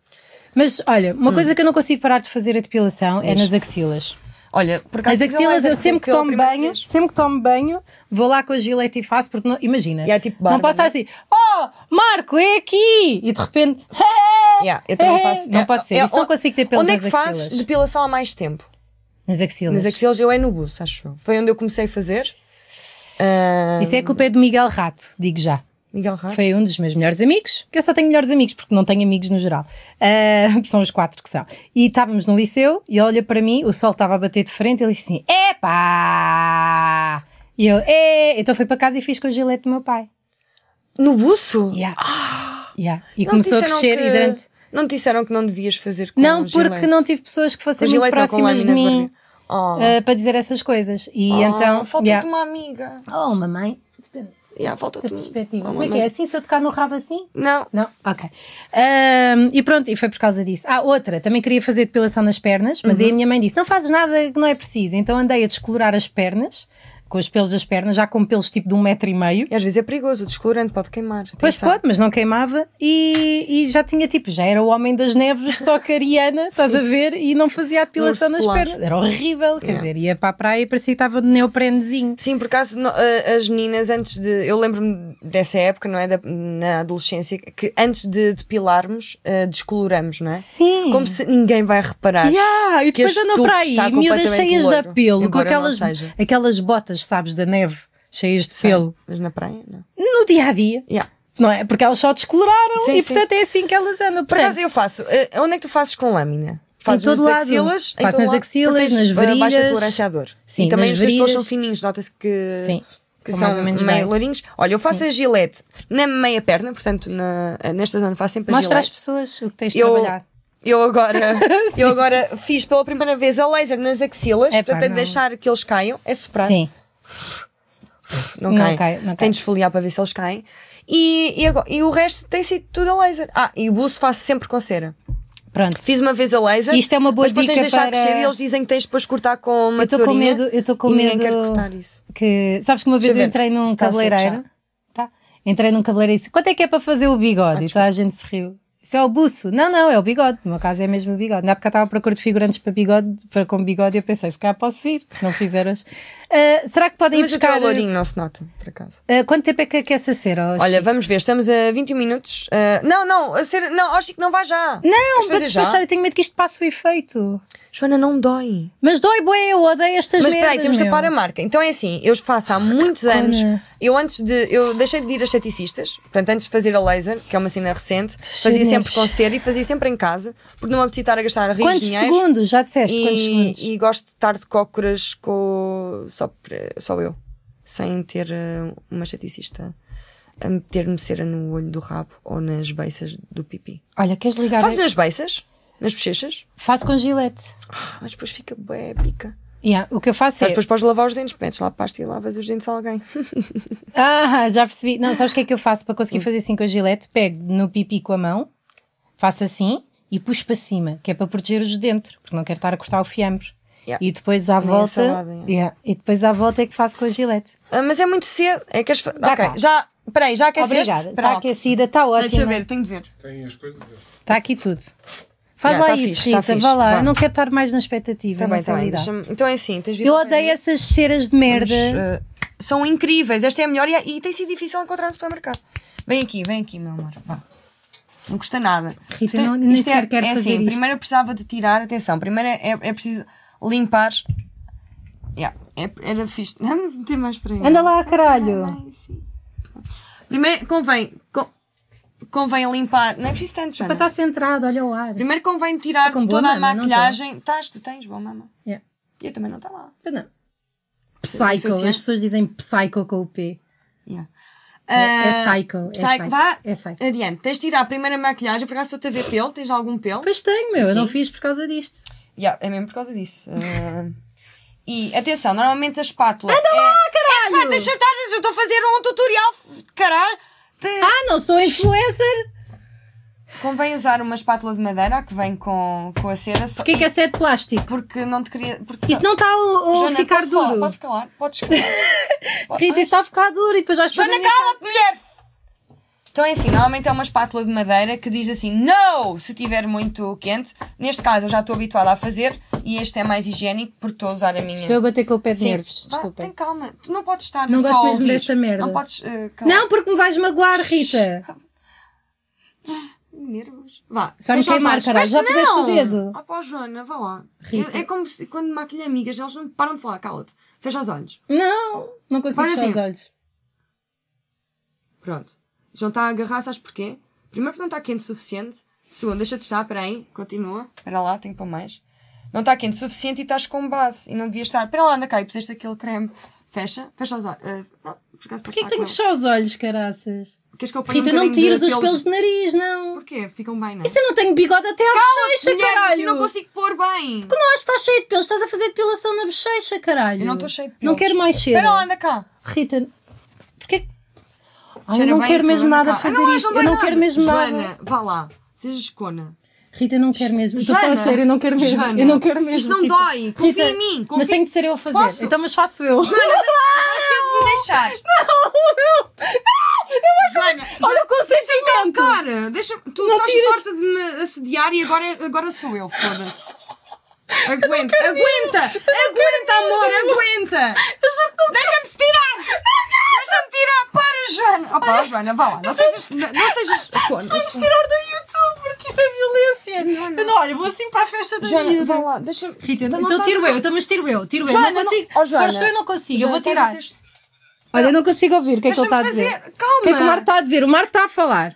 [SPEAKER 2] Mas olha,
[SPEAKER 1] Hum.
[SPEAKER 2] uma coisa que eu não consigo parar de fazer a depilação é nas axilas.
[SPEAKER 1] Olha, por acaso então,
[SPEAKER 2] As axilas, eu sempre que
[SPEAKER 1] pela
[SPEAKER 2] tomo
[SPEAKER 1] primeira
[SPEAKER 2] banho,
[SPEAKER 1] vez.
[SPEAKER 2] sempre que tomo banho, vou lá com a gilete e faço, porque não- imagina,
[SPEAKER 1] E é tipo
[SPEAKER 2] não
[SPEAKER 1] barba,
[SPEAKER 2] posso
[SPEAKER 1] não é?
[SPEAKER 2] assim, oh, Marco, é aqui! E de repente,
[SPEAKER 1] Yeah, eu também
[SPEAKER 2] É,
[SPEAKER 1] faço.
[SPEAKER 2] não
[SPEAKER 1] é,
[SPEAKER 2] pode ser.
[SPEAKER 1] é,
[SPEAKER 2] Isso não
[SPEAKER 1] on-
[SPEAKER 2] consigo ter pelos
[SPEAKER 1] Onde é
[SPEAKER 2] nas
[SPEAKER 1] que fazes
[SPEAKER 2] axilas.
[SPEAKER 1] depilação há mais tempo?
[SPEAKER 2] nas axilas.
[SPEAKER 1] Nas axilas eu é no buço, acho eu. Foi onde eu comecei a fazer. Ah,
[SPEAKER 2] Isso é culpa é de Miguel Rato, digo já.
[SPEAKER 1] Miguel Rato.
[SPEAKER 2] Foi um dos meus melhores amigos, que eu só tenho melhores amigos, porque não tenho amigos no geral. Ah, são os quatro que são. E estávamos no liceu e ele olha para mim, o sol estava a bater de frente, ele disse assim: Epá! E eu, é, então fui para casa e fiz com a gilete do meu pai.
[SPEAKER 1] No buço?
[SPEAKER 2] Yeah.
[SPEAKER 1] Ah,
[SPEAKER 2] Yeah. E
[SPEAKER 1] Não
[SPEAKER 2] começou a
[SPEAKER 1] disseram
[SPEAKER 2] crescer e
[SPEAKER 1] que-
[SPEAKER 2] durante.
[SPEAKER 1] não te disseram que não devias fazer com
[SPEAKER 2] Não, porque
[SPEAKER 1] gilete?
[SPEAKER 2] não tive pessoas que fossem
[SPEAKER 1] Com
[SPEAKER 2] muito
[SPEAKER 1] gilete, não, com
[SPEAKER 2] próximas de
[SPEAKER 1] lâmina de
[SPEAKER 2] mim
[SPEAKER 1] barbear. Oh.
[SPEAKER 2] ah, para dizer essas coisas. E
[SPEAKER 1] Ah,
[SPEAKER 2] então.
[SPEAKER 1] Falta-te
[SPEAKER 2] yeah.
[SPEAKER 1] uma amiga.
[SPEAKER 2] Oh, mamãe, depende
[SPEAKER 1] Yeah, falta-te
[SPEAKER 2] da
[SPEAKER 1] uma-
[SPEAKER 2] perspectiva.
[SPEAKER 1] uma
[SPEAKER 2] Como é que
[SPEAKER 1] Oh, mamãe.
[SPEAKER 2] é? Assim, se eu tocar no rabo assim?
[SPEAKER 1] Não.
[SPEAKER 2] Não, ok. Ahm, e pronto, e foi por causa disso. Ah, outra, também queria fazer depilação nas pernas, mas aí a minha mãe disse: não fazes nada que não é preciso. Então andei a descolorar as pernas, com os pelos das pernas, já com pelos tipo de um metro e meio.
[SPEAKER 1] E às vezes é perigoso, o descolorante pode queimar.
[SPEAKER 2] Pois
[SPEAKER 1] atenção.
[SPEAKER 2] pode, mas não queimava e, e já tinha tipo, já era o homem das neves, só que ariana, estás a ver, e não fazia a depilação
[SPEAKER 1] urso
[SPEAKER 2] nas
[SPEAKER 1] polar.
[SPEAKER 2] pernas. Era horrível, quer dizer, ia para a praia e parecia que estava de neoprenezinho.
[SPEAKER 1] Sim, por acaso no- a- as meninas antes de. Eu lembro-me dessa época, não é? Da- na adolescência, que antes de depilarmos, eh, descoloramos, não é?
[SPEAKER 2] Sim.
[SPEAKER 1] Como se ninguém vai reparar.
[SPEAKER 2] Yeah, e
[SPEAKER 1] que a
[SPEAKER 2] depois andam
[SPEAKER 1] estufa
[SPEAKER 2] para aí,
[SPEAKER 1] está
[SPEAKER 2] miúdas
[SPEAKER 1] completamente
[SPEAKER 2] cheias de
[SPEAKER 1] loiro,
[SPEAKER 2] pelo, com
[SPEAKER 1] embora não
[SPEAKER 2] aquelas,
[SPEAKER 1] seja.
[SPEAKER 2] aquelas botas, sabes, da neve, cheias de
[SPEAKER 1] Sei,
[SPEAKER 2] pelo.
[SPEAKER 1] Mas na praia, não.
[SPEAKER 2] No dia a dia,
[SPEAKER 1] Yeah.
[SPEAKER 2] não é? Porque elas só descoloraram
[SPEAKER 1] Sim,
[SPEAKER 2] e
[SPEAKER 1] sim.
[SPEAKER 2] portanto é assim que elas andam.
[SPEAKER 1] Por
[SPEAKER 2] Portanto,
[SPEAKER 1] acaso eu faço. eh, onde é que tu fazes com lâmina? Fazes
[SPEAKER 2] todo
[SPEAKER 1] nas
[SPEAKER 2] lado.
[SPEAKER 1] axilas? em
[SPEAKER 2] Faço
[SPEAKER 1] todo
[SPEAKER 2] nas
[SPEAKER 1] lado,
[SPEAKER 2] axilas,
[SPEAKER 1] porque tens,
[SPEAKER 2] nas
[SPEAKER 1] eh, Baixa
[SPEAKER 2] varilhas.
[SPEAKER 1] tolerância à dor.
[SPEAKER 2] Sim,
[SPEAKER 1] e também os
[SPEAKER 2] nas
[SPEAKER 1] teus pelos
[SPEAKER 2] varilhas.
[SPEAKER 1] são fininhos, nota-se que.
[SPEAKER 2] Sim.
[SPEAKER 1] que
[SPEAKER 2] Estão mais
[SPEAKER 1] são
[SPEAKER 2] ou menos bem.
[SPEAKER 1] meio lourinhos. Olha, eu faço a gilete na meia perna, portanto, na, nesta zona faço sempre a
[SPEAKER 2] mostra às
[SPEAKER 1] gilete.
[SPEAKER 2] pessoas o que tens de
[SPEAKER 1] Eu,
[SPEAKER 2] trabalhar.
[SPEAKER 1] eu, agora, eu agora fiz pela primeira vez a laser nas axilas,
[SPEAKER 2] Epá,
[SPEAKER 1] portanto, é
[SPEAKER 2] não.
[SPEAKER 1] deixar que eles caiam, é soprar.
[SPEAKER 2] Sim.
[SPEAKER 1] Não,
[SPEAKER 2] Não
[SPEAKER 1] caem.
[SPEAKER 2] cai, não cai.
[SPEAKER 1] Tem de esfoliar para ver se eles caem. E, e, agora- e o resto tem sido tudo a laser. Ah, e o buço faço sempre com cera.
[SPEAKER 2] Pronto.
[SPEAKER 1] Fiz uma vez a laser.
[SPEAKER 2] Isto é uma boa
[SPEAKER 1] mas depois
[SPEAKER 2] dica
[SPEAKER 1] tens de deixar
[SPEAKER 2] para-
[SPEAKER 1] crescer e eles dizem que tens de depois cortar com uma
[SPEAKER 2] Eu estou com
[SPEAKER 1] tesourinha
[SPEAKER 2] medo, eu estou com
[SPEAKER 1] e
[SPEAKER 2] medo.
[SPEAKER 1] ninguém quer cortar isso.
[SPEAKER 2] que sabes que uma vez
[SPEAKER 1] Deixa
[SPEAKER 2] eu
[SPEAKER 1] eu ver
[SPEAKER 2] entrei
[SPEAKER 1] se
[SPEAKER 2] num
[SPEAKER 1] está a secar.
[SPEAKER 2] cabeleireiro tá? entrei num cabeleireiro e disse quanto é que é para fazer o bigode
[SPEAKER 1] Ah,
[SPEAKER 2] e toda a gente se riu isso é o buço não não é o bigode no meu caso é mesmo o bigode não é porque eu estava à procura de figurantes para bigode para com bigode e eu pensei se calhar posso ir se não fizeras Ah, será que podem ir
[SPEAKER 1] Mas até
[SPEAKER 2] buscar
[SPEAKER 1] o lourinho não se nota, por acaso.
[SPEAKER 2] Ah, quanto tempo é que aquece a cera oh,
[SPEAKER 1] Olha,
[SPEAKER 2] Chico?
[SPEAKER 1] vamos ver, estamos a 21 minutos. Ah, não, não, a cera. Não, ó Chico, não vá já.
[SPEAKER 2] não
[SPEAKER 1] Queres
[SPEAKER 2] para
[SPEAKER 1] fazer já?
[SPEAKER 2] despachar eu tenho medo que isto passe o efeito
[SPEAKER 1] Joana, não dói.
[SPEAKER 2] mas dói bué eu odeio estas
[SPEAKER 1] Mas
[SPEAKER 2] merdas
[SPEAKER 1] peraí, temos de
[SPEAKER 2] meu.
[SPEAKER 1] tapar a marca. Então é assim, eu faço há muitos anos.
[SPEAKER 2] né?
[SPEAKER 1] Eu antes de. Eu deixei de ir a esteticistas, portanto, antes de fazer a laser, que é uma cena recente, fazia
[SPEAKER 2] nervos.
[SPEAKER 1] sempre com cera e fazia sempre em casa, porque não me apetecia estar a gastar rios
[SPEAKER 2] quantos
[SPEAKER 1] dinheiros.
[SPEAKER 2] segundos já disseste quantos
[SPEAKER 1] E,
[SPEAKER 2] segundos
[SPEAKER 1] e gosto de estar de cócoras com. Só, para- só eu. Sem ter eh, uma esteticista a meter-me cera no olho do rabo ou nas beiças do pipi.
[SPEAKER 2] olha queres ligar
[SPEAKER 1] Fazes nas beiças? Nas bochechas?
[SPEAKER 2] faço com gilete
[SPEAKER 1] Ah, mas depois fica bué, pica.
[SPEAKER 2] Yeah, o que eu faço
[SPEAKER 1] Mas
[SPEAKER 2] é
[SPEAKER 1] depois podes lavar os dentes, metes lá pasta e lavas os dentes a alguém.
[SPEAKER 2] Ah, já percebi. Não, sabes o que é que eu faço para
[SPEAKER 1] Hum.
[SPEAKER 2] conseguir fazer assim com a gilete? Pego no pipi com a mão, faço assim e puxo para cima, que é para proteger os de dentro, porque não quero estar a cortar o fiambre.
[SPEAKER 1] Yeah.
[SPEAKER 2] E depois à
[SPEAKER 1] Nem a
[SPEAKER 2] volta.
[SPEAKER 1] salada, yeah.
[SPEAKER 2] Yeah, E depois à volta é que faço com a gilete.
[SPEAKER 1] Ah, mas é muito cedo. É que as... Ok,
[SPEAKER 2] cá.
[SPEAKER 1] já. Peraí, já aqueceste?
[SPEAKER 2] Obrigada. Tá Está
[SPEAKER 1] Pronto.
[SPEAKER 2] aquecida, está
[SPEAKER 1] Deixa eu
[SPEAKER 2] ótima.
[SPEAKER 1] ver, tenho Tá de ver.
[SPEAKER 3] Tem as coisas.
[SPEAKER 2] Está aqui tudo. Faz
[SPEAKER 1] Yeah,
[SPEAKER 2] lá
[SPEAKER 1] tá
[SPEAKER 2] isso,
[SPEAKER 1] fixe, tá
[SPEAKER 2] Rita,
[SPEAKER 1] fixe.
[SPEAKER 2] vá lá.
[SPEAKER 1] Vá.
[SPEAKER 2] Eu não quero estar mais na expectativa,
[SPEAKER 1] Tá
[SPEAKER 2] não
[SPEAKER 1] bem,
[SPEAKER 2] sei
[SPEAKER 1] tá bem.
[SPEAKER 2] lidar.
[SPEAKER 1] deixa-me- Então é assim, tens de vir
[SPEAKER 2] Eu
[SPEAKER 1] ao
[SPEAKER 2] odeio essas cheiras de merda.
[SPEAKER 1] Vamos, eh, são incríveis. Esta é a melhor e, e tem sido difícil encontrar no supermercado. Vem aqui, vem aqui, meu amor. Vá. Não custa nada.
[SPEAKER 2] Rita,
[SPEAKER 1] Isto é-
[SPEAKER 2] não- nem
[SPEAKER 1] isto é-
[SPEAKER 2] sequer quero
[SPEAKER 1] é
[SPEAKER 2] fazer
[SPEAKER 1] assim,
[SPEAKER 2] isto.
[SPEAKER 1] Primeiro eu precisava de tirar, atenção, primeiro é, é preciso limpar. Yeah, é- era fixe. Não, não tem mais para aí.
[SPEAKER 2] Anda lá, caralho.
[SPEAKER 1] Ai, sim. Primeiro convém, con- convém limpar. Não é preciso tanto,
[SPEAKER 2] Para
[SPEAKER 1] Joana.
[SPEAKER 2] estar centrado, olha o ar.
[SPEAKER 1] Primeiro convém tirar
[SPEAKER 2] Tô com boa
[SPEAKER 1] toda a
[SPEAKER 2] mama, não tô.
[SPEAKER 1] maquilhagem. Estás, tu tens boa mama.
[SPEAKER 2] Yeah.
[SPEAKER 1] E eu também não está lá.
[SPEAKER 2] Eu não. Psycho,
[SPEAKER 1] Sutiã.
[SPEAKER 2] as pessoas dizem psycho com o P.
[SPEAKER 1] Yeah.
[SPEAKER 2] É
[SPEAKER 1] Ah,
[SPEAKER 2] psycho. É
[SPEAKER 1] psycho.
[SPEAKER 2] psycho.
[SPEAKER 1] Vá
[SPEAKER 2] É psycho.
[SPEAKER 1] adiante. Tens de tirar a primeira maquilhagem, por acaso estou-te a ver pelo? Tens algum pelo?
[SPEAKER 2] Pois tenho, meu. Eu não fiz por causa disto.
[SPEAKER 1] Yeah, é mesmo por causa disso. Ah, e atenção, normalmente a espátula. Anda lá, caralho! É, pá, deixa eu estar, eu estou a fazer um tutorial, f- caralho! Te-
[SPEAKER 2] Ah, não sou influencer?
[SPEAKER 1] Ah. Convém usar uma espátula de madeira a que vem com, com a cera só.
[SPEAKER 2] Porquê que essa é de plástico?
[SPEAKER 1] Porque não te queria. Porque
[SPEAKER 2] Isso não está a, a
[SPEAKER 1] Joana,
[SPEAKER 2] ficar
[SPEAKER 1] posso
[SPEAKER 2] duro.
[SPEAKER 1] Falar? Posso calar? Podes calar.
[SPEAKER 2] Rita, isso está a ficar duro e depois vais para
[SPEAKER 1] Joana, cala-te, mulher! Então é assim, normalmente é uma espátula de madeira que diz assim, não, se tiver muito quente. Neste caso eu já estou habituada a fazer e este é mais higiênico porque estou a usar a minha.
[SPEAKER 2] Se eu bater com o pé de
[SPEAKER 1] Sim.
[SPEAKER 2] nervos,
[SPEAKER 1] Vá, tem
[SPEAKER 2] desculpem.
[SPEAKER 1] calma, tu não podes estar
[SPEAKER 2] Não
[SPEAKER 1] só
[SPEAKER 2] gosto
[SPEAKER 1] a
[SPEAKER 2] mesmo
[SPEAKER 1] ouvir.
[SPEAKER 2] desta merda.
[SPEAKER 1] Não podes eh, calar.
[SPEAKER 2] Não, porque me vais magoar, Rita.
[SPEAKER 1] Nervos. Vá, então
[SPEAKER 2] Só me
[SPEAKER 1] fecha os
[SPEAKER 2] queimar,
[SPEAKER 1] olhos.
[SPEAKER 2] caralho, já
[SPEAKER 1] Fecha-
[SPEAKER 2] puseste
[SPEAKER 1] não.
[SPEAKER 2] o dedo.
[SPEAKER 1] Ah pá, Joana, vá lá.
[SPEAKER 2] Rita.
[SPEAKER 1] É, é como se, quando maquilha amigas, elas não param de falar, cala-te. Fecha os olhos.
[SPEAKER 2] Não, não consigo
[SPEAKER 1] Faz
[SPEAKER 2] fechar os
[SPEAKER 1] assim.
[SPEAKER 2] olhos.
[SPEAKER 1] Pronto. Já está a agarrar, sabes porquê? Primeiro porque não está quente o suficiente. Segundo, deixa-te estar, espera aí, continua. Espera lá, tenho para mais. Não está quente o suficiente e estás com base. E não devias estar, espera lá, anda cá, e puseste aquele creme. Fecha, fecha os olhos. Ah, não, por acaso
[SPEAKER 2] Porquê
[SPEAKER 1] posso falar com
[SPEAKER 2] que tenho que
[SPEAKER 1] ele.
[SPEAKER 2] fechar os olhos, caraças?
[SPEAKER 1] Queres que eu ponha Ah, um
[SPEAKER 2] Rita, não
[SPEAKER 1] bocadinho
[SPEAKER 2] tires
[SPEAKER 1] de
[SPEAKER 2] os pelos do nariz, não.
[SPEAKER 1] Porquê? Ficam bem, não é?
[SPEAKER 2] Isso eu não tenho bigode até à bochecha,
[SPEAKER 1] Mulher,
[SPEAKER 2] caralho.
[SPEAKER 1] assim não consigo pôr bem.
[SPEAKER 2] Não, acho que estás cheio de pelos. Estás a fazer depilação na bochecha, caralho.
[SPEAKER 1] Eu não estou cheio de
[SPEAKER 2] Não
[SPEAKER 1] pelos.
[SPEAKER 2] quero mais cheiro.
[SPEAKER 1] Espera lá, anda cá.
[SPEAKER 2] Rita, porquê que... Ai, eu
[SPEAKER 1] Cheira
[SPEAKER 2] não
[SPEAKER 1] bem,
[SPEAKER 2] quero
[SPEAKER 1] tudo,
[SPEAKER 2] mesmo
[SPEAKER 1] anda
[SPEAKER 2] nada
[SPEAKER 1] cá.
[SPEAKER 2] fazer
[SPEAKER 1] Ah, não,
[SPEAKER 2] isto.
[SPEAKER 1] não
[SPEAKER 2] eu
[SPEAKER 1] vai
[SPEAKER 2] não quero mesmo nada.
[SPEAKER 1] Joana, vá lá. Seja escona.
[SPEAKER 2] Rita, eu não quero mesmo. Estou a falar
[SPEAKER 1] Joana,
[SPEAKER 2] sério, eu não quero mesmo.
[SPEAKER 1] Joana,
[SPEAKER 2] eu não quero mesmo.
[SPEAKER 1] isto não
[SPEAKER 2] Rita.
[SPEAKER 1] dói. Confia em
[SPEAKER 2] Rita,
[SPEAKER 1] mim, confia-
[SPEAKER 2] Mas tenho de ser eu a fazer.
[SPEAKER 1] Posso?
[SPEAKER 2] Então, mas faço eu.
[SPEAKER 1] Joana, mas quero me deixar. Joana,
[SPEAKER 2] Olha o consentimento.
[SPEAKER 1] cara, deixa Tu
[SPEAKER 2] Não
[SPEAKER 1] estás
[SPEAKER 2] tiras.
[SPEAKER 1] farta de me assediar e agora, agora sou eu, foda-se. Aguenta, aguenta, aguenta, amor, aguenta. Deixa-me se tirar. Deixa-me tirar, para, Joana. Opa, Joana, vá lá, não sejas. Não sejas.
[SPEAKER 2] Vamos tirar do YouTube, porque isto é violência.
[SPEAKER 1] Não, não.
[SPEAKER 2] Eu não, olha, vou assim para a festa da
[SPEAKER 1] Joana,
[SPEAKER 2] miúda.
[SPEAKER 1] vá lá, deixa-me.
[SPEAKER 2] Rita,
[SPEAKER 1] Não,
[SPEAKER 2] então,
[SPEAKER 1] não estás-
[SPEAKER 2] tiro eu, então, mas tiro eu, tiro eu.
[SPEAKER 1] Joana,
[SPEAKER 2] não
[SPEAKER 1] não-
[SPEAKER 2] consigo.
[SPEAKER 1] Oh,
[SPEAKER 2] se
[SPEAKER 1] Joana.
[SPEAKER 2] fores tu, eu não consigo. eu
[SPEAKER 1] Joana,
[SPEAKER 2] vou tirar.
[SPEAKER 1] estás a ser-
[SPEAKER 2] Olha, eu não consigo ouvir o que é que
[SPEAKER 1] Deixa-me
[SPEAKER 2] ele está a
[SPEAKER 1] fazer.
[SPEAKER 2] dizer.
[SPEAKER 1] Calma.
[SPEAKER 2] O que é que o Marco está a dizer? O Marco está a falar.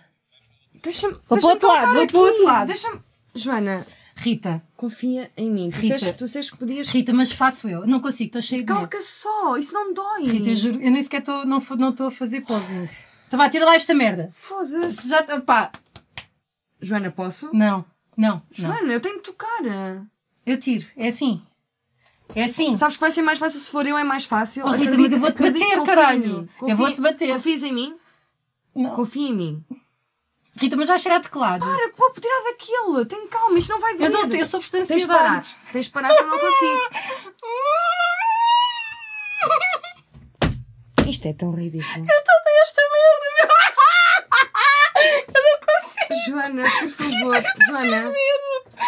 [SPEAKER 1] Deixa-me.
[SPEAKER 2] Vou
[SPEAKER 1] deixa-me
[SPEAKER 2] para o outro lado,
[SPEAKER 1] contar
[SPEAKER 2] vou para o
[SPEAKER 1] aqui.
[SPEAKER 2] outro lado.
[SPEAKER 1] Deixa-me. Joana,
[SPEAKER 2] Rita,
[SPEAKER 1] confia em mim. Tu
[SPEAKER 2] Rita.
[SPEAKER 1] sabes tu sabes que podias.
[SPEAKER 2] Rita, mas faço eu. Não consigo, estou cheia de medo.
[SPEAKER 1] Calca só, isso não dói.
[SPEAKER 2] Rita, eu juro, eu nem sequer estou, não fo- não estou a fazer posing. Então vá, tira lá esta merda.
[SPEAKER 1] Foda-se.
[SPEAKER 2] Já, tá, pá,
[SPEAKER 1] Joana, posso?
[SPEAKER 2] não, não, não.
[SPEAKER 1] Joana, eu tenho que tocar.
[SPEAKER 2] Eu tiro, é assim. É assim.
[SPEAKER 1] Sabes que vai ser mais fácil se for eu, é mais fácil.
[SPEAKER 2] Oh, Rita,
[SPEAKER 1] Acredita-
[SPEAKER 2] mas eu vou-te
[SPEAKER 1] acredita,
[SPEAKER 2] bater,
[SPEAKER 1] confia em
[SPEAKER 2] caralho.
[SPEAKER 1] mim.
[SPEAKER 2] Eu vou-te bater.
[SPEAKER 1] Confias em mim?
[SPEAKER 2] Não.
[SPEAKER 1] Confia em mim.
[SPEAKER 2] Rita, mas vais cheirar teclado.
[SPEAKER 1] Para, que vou tirar daquilo. Tenho calma, isto não vai doer.
[SPEAKER 2] Eu não tenho, eu sofro de
[SPEAKER 1] Tens de
[SPEAKER 2] ansiedade.
[SPEAKER 1] parar. Tens de parar se eu não consigo. Isto é tão ridículo.
[SPEAKER 2] Toda esta merda, meu. Eu não consigo.
[SPEAKER 1] Joana, por favor, Joana.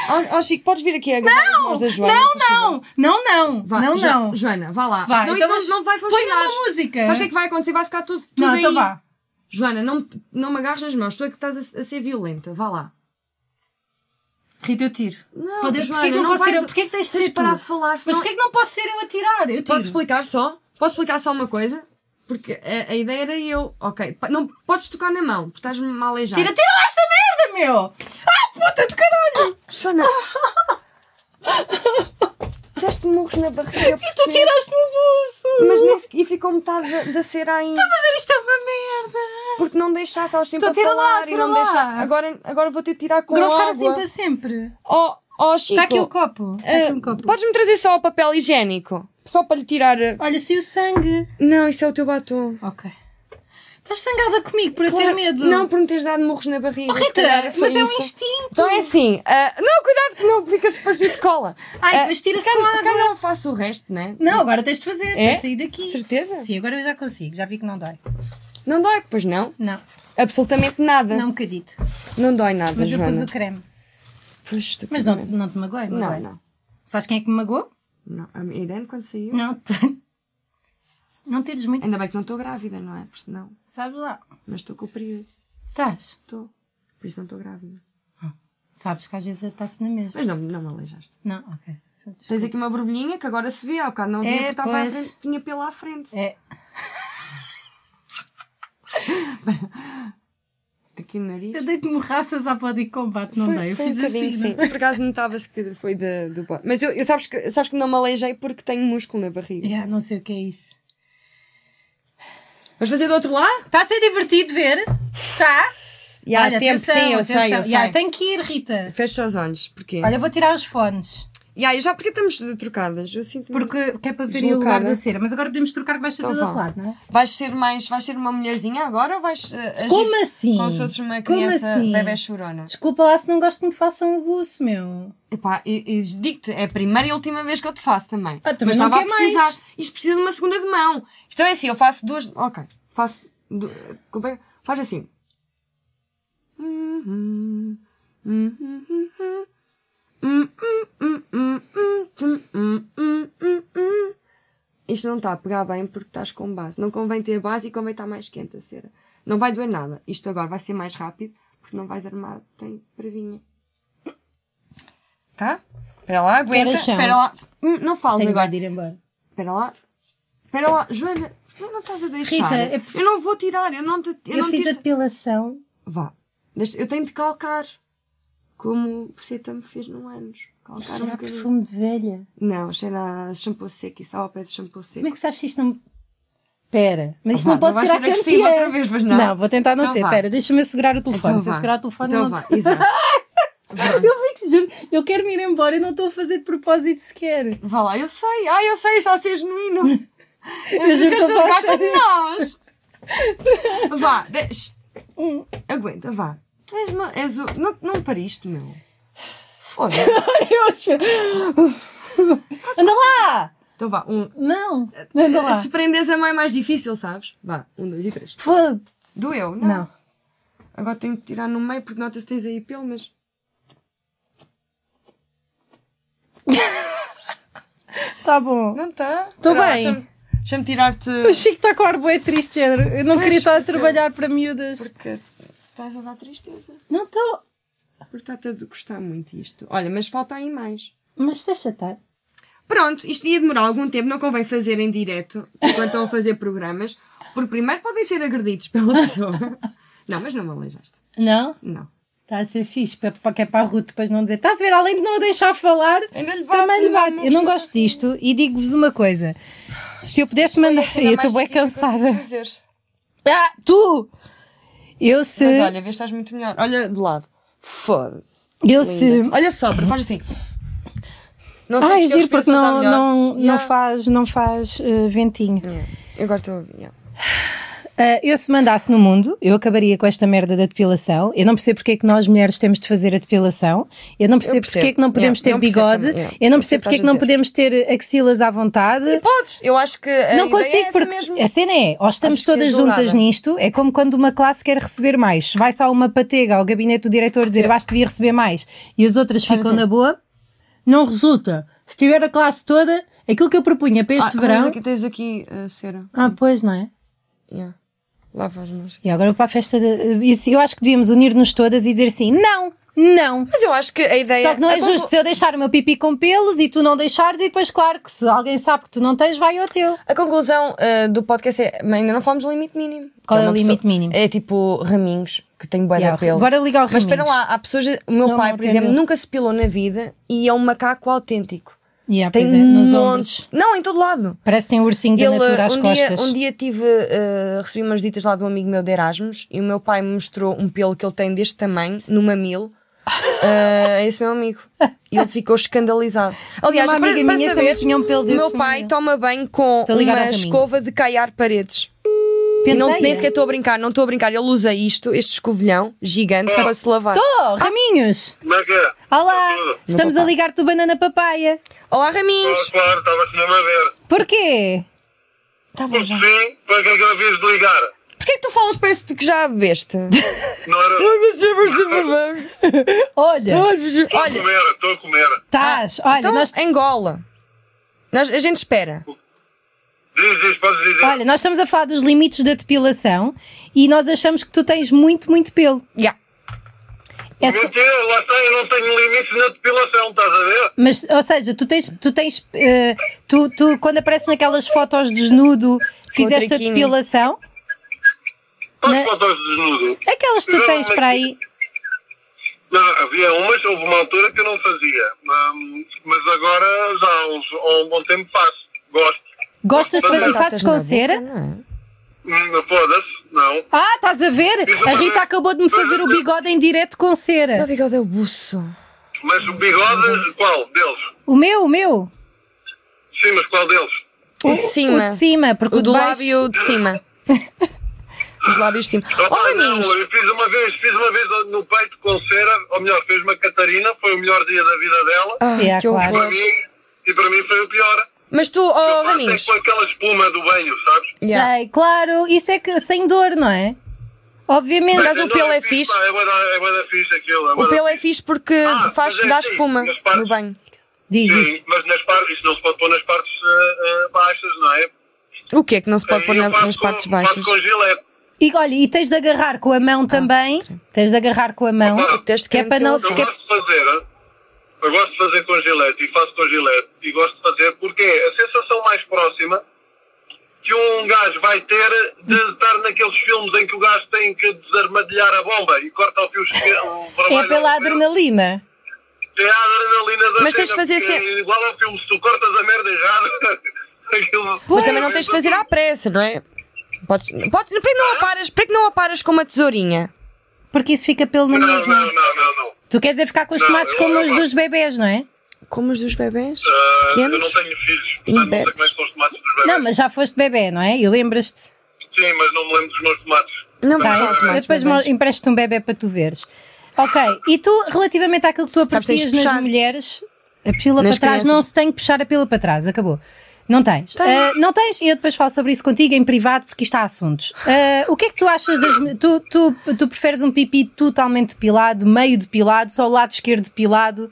[SPEAKER 1] Ó oh, Chico, podes vir aqui agora as mãos da Joana.
[SPEAKER 2] não,
[SPEAKER 1] se faz favor.
[SPEAKER 2] não, não, não,
[SPEAKER 1] Vá,
[SPEAKER 2] não,
[SPEAKER 1] Jo-
[SPEAKER 2] não.
[SPEAKER 1] Joana, vá lá.
[SPEAKER 2] Vá,
[SPEAKER 1] Senão
[SPEAKER 2] então
[SPEAKER 1] isso
[SPEAKER 2] mas
[SPEAKER 1] não, não vai
[SPEAKER 2] Põe
[SPEAKER 1] funcionar.
[SPEAKER 2] uma música.
[SPEAKER 1] Sabes o que é que vai acontecer? Vai ficar tudo, tudo
[SPEAKER 2] não,
[SPEAKER 1] aí.
[SPEAKER 2] então vá.
[SPEAKER 1] Joana, não, não me agarres nas mãos. Tu é que estás a, a ser violenta. Vá lá.
[SPEAKER 2] Rita, eu tiro.
[SPEAKER 1] Não,
[SPEAKER 2] Pode-
[SPEAKER 1] Joana,
[SPEAKER 2] porquê que não,
[SPEAKER 1] não
[SPEAKER 2] posso
[SPEAKER 1] vai-
[SPEAKER 2] ser eu? Porquê que tens de
[SPEAKER 1] tens
[SPEAKER 2] ser
[SPEAKER 1] de parar
[SPEAKER 2] tu?
[SPEAKER 1] de falar,
[SPEAKER 2] Mas
[SPEAKER 1] senão-
[SPEAKER 2] porquê que não posso ser eu a tirar? Eu tiro.
[SPEAKER 1] Posso explicar só? Posso explicar só uma coisa? Porque a, a ideia era eu. Ok. pa- Não podes tocar na mão, porque estás-me a aleijar.
[SPEAKER 2] Tira, tira lá esta merda, meu! Ah, puta de caralho!
[SPEAKER 1] Joana! Deste murros na barriga.
[SPEAKER 2] E tu tiraste no bolso!
[SPEAKER 1] Mas nem sequer- e ficou metade da, da cera ainda.
[SPEAKER 2] Estás a ver, isto é uma merda!
[SPEAKER 1] Porque não deixaste, estavas sempre
[SPEAKER 2] Então
[SPEAKER 1] a
[SPEAKER 2] tira
[SPEAKER 1] falar
[SPEAKER 2] lá,
[SPEAKER 1] e
[SPEAKER 2] tira
[SPEAKER 1] não
[SPEAKER 2] lá.
[SPEAKER 1] deixaste. Agora, agora vou ter de tirar com
[SPEAKER 2] Agora vou
[SPEAKER 1] água.
[SPEAKER 2] ficar assim para sempre.
[SPEAKER 1] Oh, oh, Chico.
[SPEAKER 2] Está aqui o copo. Está aqui um
[SPEAKER 1] ah,
[SPEAKER 2] copo.
[SPEAKER 1] Podes-me trazer só o papel higiênico? Só para lhe tirar... eh, a-
[SPEAKER 2] Olha, se o sangue.
[SPEAKER 1] Não, isso é o teu batom.
[SPEAKER 2] Ok. Estás sangada comigo por eu ter
[SPEAKER 1] Claro,
[SPEAKER 2] medo.
[SPEAKER 1] Não, por me teres dado murros na barriga.
[SPEAKER 2] Oh,
[SPEAKER 1] se
[SPEAKER 2] Rita,
[SPEAKER 1] calhar foi
[SPEAKER 2] mas é um
[SPEAKER 1] isso.
[SPEAKER 2] instinto.
[SPEAKER 1] Então é assim, ah, não, cuidado que não ficas depois de escola.
[SPEAKER 2] Ai,
[SPEAKER 1] Ah,
[SPEAKER 2] mas tira-se
[SPEAKER 1] se calhar-
[SPEAKER 2] com
[SPEAKER 1] Se calhar não faço o resto, né?
[SPEAKER 2] Não, agora tens de fazer.
[SPEAKER 1] É?
[SPEAKER 2] Para sair daqui.
[SPEAKER 1] Certeza?
[SPEAKER 2] Sim, agora eu já consigo. Já vi que não dói.
[SPEAKER 1] Não dói, pois não?
[SPEAKER 2] Não,
[SPEAKER 1] Absolutamente nada.
[SPEAKER 2] não um bocadito.
[SPEAKER 1] Não dói nada,
[SPEAKER 2] Mas eu
[SPEAKER 1] Joana.
[SPEAKER 2] pus o creme.
[SPEAKER 1] Pois, tu-
[SPEAKER 2] Mas não, é não te magoei,
[SPEAKER 1] Não,
[SPEAKER 2] magoei.
[SPEAKER 1] não.
[SPEAKER 2] Sabes quem é que me magoou?
[SPEAKER 1] Não, a Irene quando saiu...
[SPEAKER 2] Não. Não teres muito.
[SPEAKER 1] Ainda bem que não estou grávida, não é? Porque senão...
[SPEAKER 2] Sabes lá.
[SPEAKER 1] Mas estou com o período.
[SPEAKER 2] Estás.
[SPEAKER 1] Estou. Por isso não estou grávida.
[SPEAKER 2] Sabes que às vezes está-se na mesma.
[SPEAKER 1] Mas não, não me aleijaste.
[SPEAKER 2] Não, ok.
[SPEAKER 1] Tens aqui uma borbulhinha que agora se vê. Há bocado não via
[SPEAKER 2] É,
[SPEAKER 1] porque estava à
[SPEAKER 2] pois.
[SPEAKER 1] frente. Tinha pelo à frente.
[SPEAKER 2] É.
[SPEAKER 1] Aqui no nariz.
[SPEAKER 2] Eu dei-te-me raças à body combat, não dei? Eu
[SPEAKER 1] um
[SPEAKER 2] fiz
[SPEAKER 1] bocadinho,
[SPEAKER 2] assim.
[SPEAKER 1] sim.
[SPEAKER 2] não?
[SPEAKER 1] Por acaso notava-se que foi de, do bo- Mas eu, eu sabes, que, sabes que não me aleijei porque tenho músculo na barriga.
[SPEAKER 2] Yeah, não sei o que é isso.
[SPEAKER 1] Vamos fazer do outro lado?
[SPEAKER 2] Está a ser divertido ver? Está?
[SPEAKER 1] Tá. E há tempo, sim, eu sei, eu sei.
[SPEAKER 2] Tenho que ir, Rita.
[SPEAKER 1] Fecha os olhos, porquê?
[SPEAKER 2] Olha, eu vou tirar os fones.
[SPEAKER 1] E aí, já porque estamos trocadas? Eu sinto
[SPEAKER 2] Porque que é para ver o
[SPEAKER 1] Deslocada.
[SPEAKER 2] lugar da cera. Mas agora podemos trocar que vais fazer
[SPEAKER 1] Então
[SPEAKER 2] do outro
[SPEAKER 1] vá.
[SPEAKER 2] lado, não é?
[SPEAKER 1] Vais ser mais. Vais ser uma mulherzinha agora ou vais. eh, agir
[SPEAKER 2] Como assim?
[SPEAKER 1] Como se fosses uma
[SPEAKER 2] Como
[SPEAKER 1] criança
[SPEAKER 2] assim?
[SPEAKER 1] bebé chorona.
[SPEAKER 2] Desculpa lá se não gosto que me façam o buço, meu.
[SPEAKER 1] Epá, e, e digo-te, é a primeira e última vez que eu te faço também.
[SPEAKER 2] Ah,
[SPEAKER 1] Mas
[SPEAKER 2] também não
[SPEAKER 1] estava a
[SPEAKER 2] quer
[SPEAKER 1] precisar.
[SPEAKER 2] mais.
[SPEAKER 1] Isto precisa de uma segunda de mão. Então é assim, eu faço duas. Ok, faço. Du... como é- Faz assim. Hum, Isto não está a pegar bem porque estás com base. Não convém ter base e convém estar mais quente a cera. Não vai doer nada. Isto agora vai ser mais rápido porque não vais armado. Tem previnha. Tá? Espera lá, aguenta.
[SPEAKER 2] Quero chão.
[SPEAKER 1] Espera lá. Hum, Não falas
[SPEAKER 2] Tenho
[SPEAKER 1] agora.
[SPEAKER 2] agora de ir embora.
[SPEAKER 1] Espera lá. Espera lá. Joana, não, não estás a deixar.
[SPEAKER 2] Rita, é por-
[SPEAKER 1] Eu não vou tirar. Eu não te... Eu,
[SPEAKER 2] Eu,
[SPEAKER 1] não
[SPEAKER 2] fiz
[SPEAKER 1] te...
[SPEAKER 2] apelação.
[SPEAKER 1] Vá. Deixa- Eu tenho de calcar. Como o Buceta me fez no anos. Calcar
[SPEAKER 2] Isto
[SPEAKER 1] um
[SPEAKER 2] será
[SPEAKER 1] bocadinho.
[SPEAKER 2] perfume de velha.
[SPEAKER 1] Não, cheira a shampoo seco. Isso ao pé de shampoo seco.
[SPEAKER 2] Como é que sabes se isto não. Pera, mas isto
[SPEAKER 1] Vá,
[SPEAKER 2] não pode
[SPEAKER 1] vais
[SPEAKER 2] ser a
[SPEAKER 1] ter agressiva outra
[SPEAKER 2] campeã.
[SPEAKER 1] vez, mas não.
[SPEAKER 2] Não. vou tentar não
[SPEAKER 1] Então
[SPEAKER 2] ser.
[SPEAKER 1] vá.
[SPEAKER 2] Pera, deixa-me segurar o telefone.
[SPEAKER 1] Então
[SPEAKER 2] Se eu
[SPEAKER 1] vá.
[SPEAKER 2] segurar o telefone,
[SPEAKER 1] Então
[SPEAKER 2] não...
[SPEAKER 1] vá, exato.
[SPEAKER 2] eu fico, juro, eu quero me ir embora e não estou a fazer de propósito sequer.
[SPEAKER 1] Vá lá, eu sei. Ah, eu sei, já sei genuíno.
[SPEAKER 2] Eu
[SPEAKER 1] As
[SPEAKER 2] juro que eu
[SPEAKER 1] pessoas
[SPEAKER 2] estou a
[SPEAKER 1] gostam
[SPEAKER 2] ser-
[SPEAKER 1] de nós. assim. Vá, deixa. Um,
[SPEAKER 2] Hum.
[SPEAKER 1] Aguenta, vá. Tu és, uma, és o... Não, não pariste, meu. Foda-se.
[SPEAKER 2] Eu acho- Anda lá!
[SPEAKER 1] Então vá, um...
[SPEAKER 2] Não, anda lá.
[SPEAKER 1] Se prendes a mão é mais difícil, sabes? Vá, um, dois e três.
[SPEAKER 2] Foda-se.
[SPEAKER 1] Doeu, não?
[SPEAKER 2] Não.
[SPEAKER 1] Agora tenho que tirar no meio porque nota-se que tens aí pelo, mas...
[SPEAKER 2] Tá bom.
[SPEAKER 1] Não está.
[SPEAKER 2] Tô bem.
[SPEAKER 1] Deixa-me deixa-me tirar-te...
[SPEAKER 2] O Chico está com o ar bué triste, género. Eu não
[SPEAKER 1] Pois,
[SPEAKER 2] queria estar a
[SPEAKER 1] porque-
[SPEAKER 2] trabalhar para miúdas.
[SPEAKER 1] Porque estás a dar tristeza.
[SPEAKER 2] Não estou.
[SPEAKER 1] Porque está-te a gostar muito isto. Olha, mas falta aí mais.
[SPEAKER 2] Mas deixa estar.
[SPEAKER 1] Pronto, isto ia demorar algum tempo, não convém fazer em direto, enquanto estão a fazer programas, porque primeiro podem ser agredidos pela pessoa. Não, mas não me aleijaste.
[SPEAKER 2] Não?
[SPEAKER 1] Não.
[SPEAKER 2] Está Tá a ser fixe, para- para que é para a Ruth depois não dizer. Estás a ver, além de não a deixar falar,
[SPEAKER 1] Ainda lhe bate,
[SPEAKER 2] também lhe bate.
[SPEAKER 1] não- é?
[SPEAKER 2] Eu não gosto disto e digo-vos uma coisa. Se eu pudesse mandar. Eu estou bem cansada. Ah, tu! Eu se.
[SPEAKER 1] Mas olha, vê se estás muito melhor. Olha de lado. Foda-se.
[SPEAKER 2] eu se.
[SPEAKER 1] Linda. Olha só, faz assim. Não
[SPEAKER 2] Ah, é
[SPEAKER 1] sentes que a
[SPEAKER 2] giro porque
[SPEAKER 1] respiração está
[SPEAKER 2] não,
[SPEAKER 1] melhor?
[SPEAKER 2] não, não
[SPEAKER 1] Yeah.
[SPEAKER 2] faz, não faz eh, ventinho.
[SPEAKER 1] Yeah. Eu agora estou a ouvir. yeah.
[SPEAKER 2] Ah, eu se mandasse no mundo, eu acabaria com esta merda da depilação. Eu não percebo porque é que nós mulheres temos de fazer a depilação. Eu não percebo,
[SPEAKER 1] percebo.
[SPEAKER 2] porque é que não podemos
[SPEAKER 1] Yeah,
[SPEAKER 2] ter
[SPEAKER 1] não percebo
[SPEAKER 2] bigode.
[SPEAKER 1] também, yeah.
[SPEAKER 2] Eu não
[SPEAKER 1] Eu
[SPEAKER 2] percebo
[SPEAKER 1] percebo o que
[SPEAKER 2] porque é que não
[SPEAKER 1] estás a
[SPEAKER 2] podemos ter axilas à vontade.
[SPEAKER 1] Podes, eu acho que. a ideia
[SPEAKER 2] Não
[SPEAKER 1] é
[SPEAKER 2] consigo,
[SPEAKER 1] essa
[SPEAKER 2] porque
[SPEAKER 1] mesmo.
[SPEAKER 2] a cena é, ou estamos
[SPEAKER 1] Acho que é
[SPEAKER 2] todas
[SPEAKER 1] julgada.
[SPEAKER 2] juntas nisto, é como quando uma classe quer receber mais. Vai só uma patega ao gabinete do diretor dizer, eu acho que devia receber mais, e as outras ficam
[SPEAKER 1] assim.
[SPEAKER 2] na boa. Não resulta. Se tiver a classe toda, aquilo que eu propunha para este
[SPEAKER 1] Ah, mas
[SPEAKER 2] verão.
[SPEAKER 1] Aqui, tens aqui a cera.
[SPEAKER 2] Ah, pois, não é?
[SPEAKER 1] Yeah. Lava as mãos.
[SPEAKER 2] E agora para a festa. De... Isso, eu acho que devíamos unir-nos todas e dizer assim: não, não.
[SPEAKER 1] Mas eu acho que a ideia.
[SPEAKER 2] Só que não é
[SPEAKER 1] a conclu-
[SPEAKER 2] justo se eu deixar o meu pipi com pelos e tu não deixares, e depois, claro, que se alguém sabe que tu não tens, vai ao teu.
[SPEAKER 1] A conclusão ah, do podcast é. mas ainda não falamos do limite mínimo.
[SPEAKER 2] Qual
[SPEAKER 1] Que
[SPEAKER 2] é o
[SPEAKER 1] uma
[SPEAKER 2] limite mínimo?
[SPEAKER 1] É tipo raminhos, que tem boa
[SPEAKER 2] Yeah,
[SPEAKER 1] de pelo.
[SPEAKER 2] bora ligar o
[SPEAKER 1] Mas
[SPEAKER 2] Raminhos.
[SPEAKER 1] espera lá, há pessoas. O meu
[SPEAKER 2] Não,
[SPEAKER 1] pai,
[SPEAKER 2] não
[SPEAKER 1] por exemplo,
[SPEAKER 2] atendeu.
[SPEAKER 1] nunca se pilou na vida e é um macaco autêntico.
[SPEAKER 2] Yeah,
[SPEAKER 1] Tem
[SPEAKER 2] pois é, nos ombros.
[SPEAKER 1] montes. Não, em todo lado.
[SPEAKER 2] Parece que tem um ursinho da
[SPEAKER 1] Ele,
[SPEAKER 2] natura às
[SPEAKER 1] um, dia,
[SPEAKER 2] costas.
[SPEAKER 1] um dia tive, ah, recebi umas visitas lá de um amigo meu de Erasmus e o meu pai me mostrou um pelo que ele tem deste tamanho, no mamilo, ah, a esse meu amigo. E ele ficou escandalizado. Aliás,
[SPEAKER 2] Uma
[SPEAKER 1] para,
[SPEAKER 2] amiga
[SPEAKER 1] para
[SPEAKER 2] minha também
[SPEAKER 1] saber,
[SPEAKER 2] tinha um pelo
[SPEAKER 1] o
[SPEAKER 2] desse
[SPEAKER 1] meu pai
[SPEAKER 2] mamilo.
[SPEAKER 1] toma banho com
[SPEAKER 2] a ligar ao
[SPEAKER 1] uma
[SPEAKER 2] caminho. é,
[SPEAKER 1] escova de caiar paredes. Não, é nem sequer estou a brincar, não estou a brincar. Ele usa isto, este escovilhão gigante, para se lavar.
[SPEAKER 2] Oh, Raminhos!
[SPEAKER 3] Como é que é?
[SPEAKER 2] Olá! Estamos a
[SPEAKER 1] papai.
[SPEAKER 2] ligar-te o Banana Papaya.
[SPEAKER 1] Olá,
[SPEAKER 3] Ah,
[SPEAKER 1] Raminhos!
[SPEAKER 3] claro, estava-se mesmo a ver.
[SPEAKER 2] Porquê?
[SPEAKER 1] Tá bom,
[SPEAKER 3] Por
[SPEAKER 1] já.
[SPEAKER 3] fim, para que é que eu havias de ligar?
[SPEAKER 1] Porquê que tu falas parece que já bebeste?
[SPEAKER 3] Não era.
[SPEAKER 2] Olha!
[SPEAKER 3] Estou a
[SPEAKER 1] Olha,
[SPEAKER 3] comer, estou a comer.
[SPEAKER 2] Estás, olha,
[SPEAKER 1] Ah, então,
[SPEAKER 2] nós,
[SPEAKER 1] Angola. Nós- a gente espera.
[SPEAKER 3] Diz, diz, podes dizer.
[SPEAKER 2] olha, nós estamos a falar dos limites da depilação e nós achamos que tu tens muito, muito pelo.
[SPEAKER 1] Yeah.
[SPEAKER 2] É só-
[SPEAKER 3] Mentira, lá está, eu não tenho limites na depilação, estás a ver?
[SPEAKER 2] mas, ou seja, tu tens, tu tens, eh, tu, tu quando apareces naquelas fotos desnudo, fizeste a
[SPEAKER 1] triquinho.
[SPEAKER 2] depilação?
[SPEAKER 3] Quantas
[SPEAKER 2] Né?
[SPEAKER 3] fotos de desnudo?
[SPEAKER 2] Aquelas que tu tens para aí.
[SPEAKER 3] Não, havia umas, houve uma altura que eu não fazia. Hum, mas agora já há, uns, há um bom tempo faço. Gosto.
[SPEAKER 2] Gostas de fazer e fazes com cera?
[SPEAKER 1] é?
[SPEAKER 3] Hum, Foda-se, não.
[SPEAKER 2] Ah, estás a ver? A Rita acabou de me fazer o bigode em direto com
[SPEAKER 1] Não,
[SPEAKER 2] cera.
[SPEAKER 1] bigode é o buço.
[SPEAKER 3] Mas o bigode, qual deles?
[SPEAKER 2] O meu, o meu.
[SPEAKER 3] Sim, mas qual deles?
[SPEAKER 1] O de cima.
[SPEAKER 2] O de cima, porque o,
[SPEAKER 1] O do
[SPEAKER 2] de baixo-
[SPEAKER 1] lábio de cima. Os lábios de cima. Oh,
[SPEAKER 3] Ah,
[SPEAKER 1] Raminhos!
[SPEAKER 3] não, eu fiz uma vez, fiz uma vez no peito com cera, ou melhor, fez uma Catarina, foi o melhor dia da vida dela.
[SPEAKER 1] Ah,
[SPEAKER 2] Yeah,
[SPEAKER 1] que horror.
[SPEAKER 2] É, claro.
[SPEAKER 3] Para mim, e para mim foi o pior.
[SPEAKER 1] Mas tu, oh,
[SPEAKER 3] Até
[SPEAKER 1] Raminhos.
[SPEAKER 3] com aquela espuma do banho, sabes?
[SPEAKER 1] Yeah.
[SPEAKER 2] Sei, claro, isso é que sem dor, não é? Obviamente.
[SPEAKER 1] acaso, o
[SPEAKER 3] não,
[SPEAKER 1] pelo é fixe.
[SPEAKER 3] pá, É bué da- é bué da fixe aquilo.
[SPEAKER 1] O pelo é fixe porque
[SPEAKER 3] Ah,
[SPEAKER 1] faz,
[SPEAKER 3] mas é
[SPEAKER 1] dá
[SPEAKER 3] assim,
[SPEAKER 1] espuma
[SPEAKER 3] nas partes.
[SPEAKER 1] no banho. é
[SPEAKER 2] Diz, diz.
[SPEAKER 3] Sim, mas nas partes, isso não se pode pôr nas partes eh, eh, baixas, não é?
[SPEAKER 1] O que é que não se pode
[SPEAKER 3] Aí
[SPEAKER 1] pôr
[SPEAKER 3] eu
[SPEAKER 1] na-
[SPEAKER 3] faço
[SPEAKER 1] nas partes
[SPEAKER 3] com,
[SPEAKER 1] baixas?
[SPEAKER 3] Faço com gilete.
[SPEAKER 2] E olha, e tens de agarrar com a mão também. Tens de agarrar com a mão.
[SPEAKER 3] Opa,
[SPEAKER 1] Ah, Teste
[SPEAKER 2] Que é para não se-
[SPEAKER 3] Eu
[SPEAKER 2] Que-
[SPEAKER 3] gosto de fazer, hein? eu gosto de fazer com gilete e faço com gilete e gosto de fazer porque é a sensação mais próxima que um gajo vai ter de estar naqueles filmes em que o gajo tem que desarmadilhar a bomba e corta o fio esquerdo. o
[SPEAKER 2] É
[SPEAKER 3] vermelho
[SPEAKER 2] pela
[SPEAKER 3] ao verde.
[SPEAKER 2] adrenalina.
[SPEAKER 3] É a adrenalina da
[SPEAKER 1] Mas tens de
[SPEAKER 3] cena,
[SPEAKER 1] fazer
[SPEAKER 3] porque
[SPEAKER 1] sempre-
[SPEAKER 3] é Igual ao filme, se tu cortas a merda errada, aquilo.
[SPEAKER 1] Mas também não tens de fazer à pressa, não é? Podes, pode, para, que
[SPEAKER 3] Ah?
[SPEAKER 1] não aparas, para que não aparas com uma tesourinha?
[SPEAKER 2] Porque isso fica pelo no
[SPEAKER 3] Não,
[SPEAKER 2] é mesmo.
[SPEAKER 3] não, não, não, não.
[SPEAKER 2] Tu queres é ficar com os
[SPEAKER 3] Não,
[SPEAKER 2] tomates
[SPEAKER 3] eu-
[SPEAKER 2] como
[SPEAKER 3] eu-
[SPEAKER 2] os dos bebês, não é?
[SPEAKER 1] Como os dos bebés?
[SPEAKER 3] Ah, eu não
[SPEAKER 1] pequenos?
[SPEAKER 3] tenho filhos, portanto não sei
[SPEAKER 1] Imberbes.
[SPEAKER 3] como é que são os tomates dos bebés.
[SPEAKER 2] Não, mas já foste bebê, não é? E lembras-te?
[SPEAKER 3] Sim, mas não me lembro dos meus tomates.
[SPEAKER 1] Não,
[SPEAKER 2] Tá,
[SPEAKER 1] Não,
[SPEAKER 2] eu-
[SPEAKER 1] não,
[SPEAKER 2] eu
[SPEAKER 1] tomates,
[SPEAKER 2] depois mo-
[SPEAKER 1] bebés.
[SPEAKER 2] empresto-te um bebê para tu veres. Ok, e tu, relativamente àquilo que tu
[SPEAKER 1] Sabe, tens de
[SPEAKER 2] aprecias nas
[SPEAKER 1] puxar.
[SPEAKER 2] mulheres, a pila
[SPEAKER 1] Nas
[SPEAKER 2] para trás,
[SPEAKER 1] crianças.
[SPEAKER 2] não se tem que puxar a pila para trás, acabou. Não tens.
[SPEAKER 1] Tem.
[SPEAKER 2] Ah, não tens? E eu depois falo sobre isso contigo em privado, porque isto há assuntos. Ah, o que é que tu achas das. mu- Tu, tu, tu preferes um pipi totalmente depilado, meio depilado, só o lado esquerdo depilado,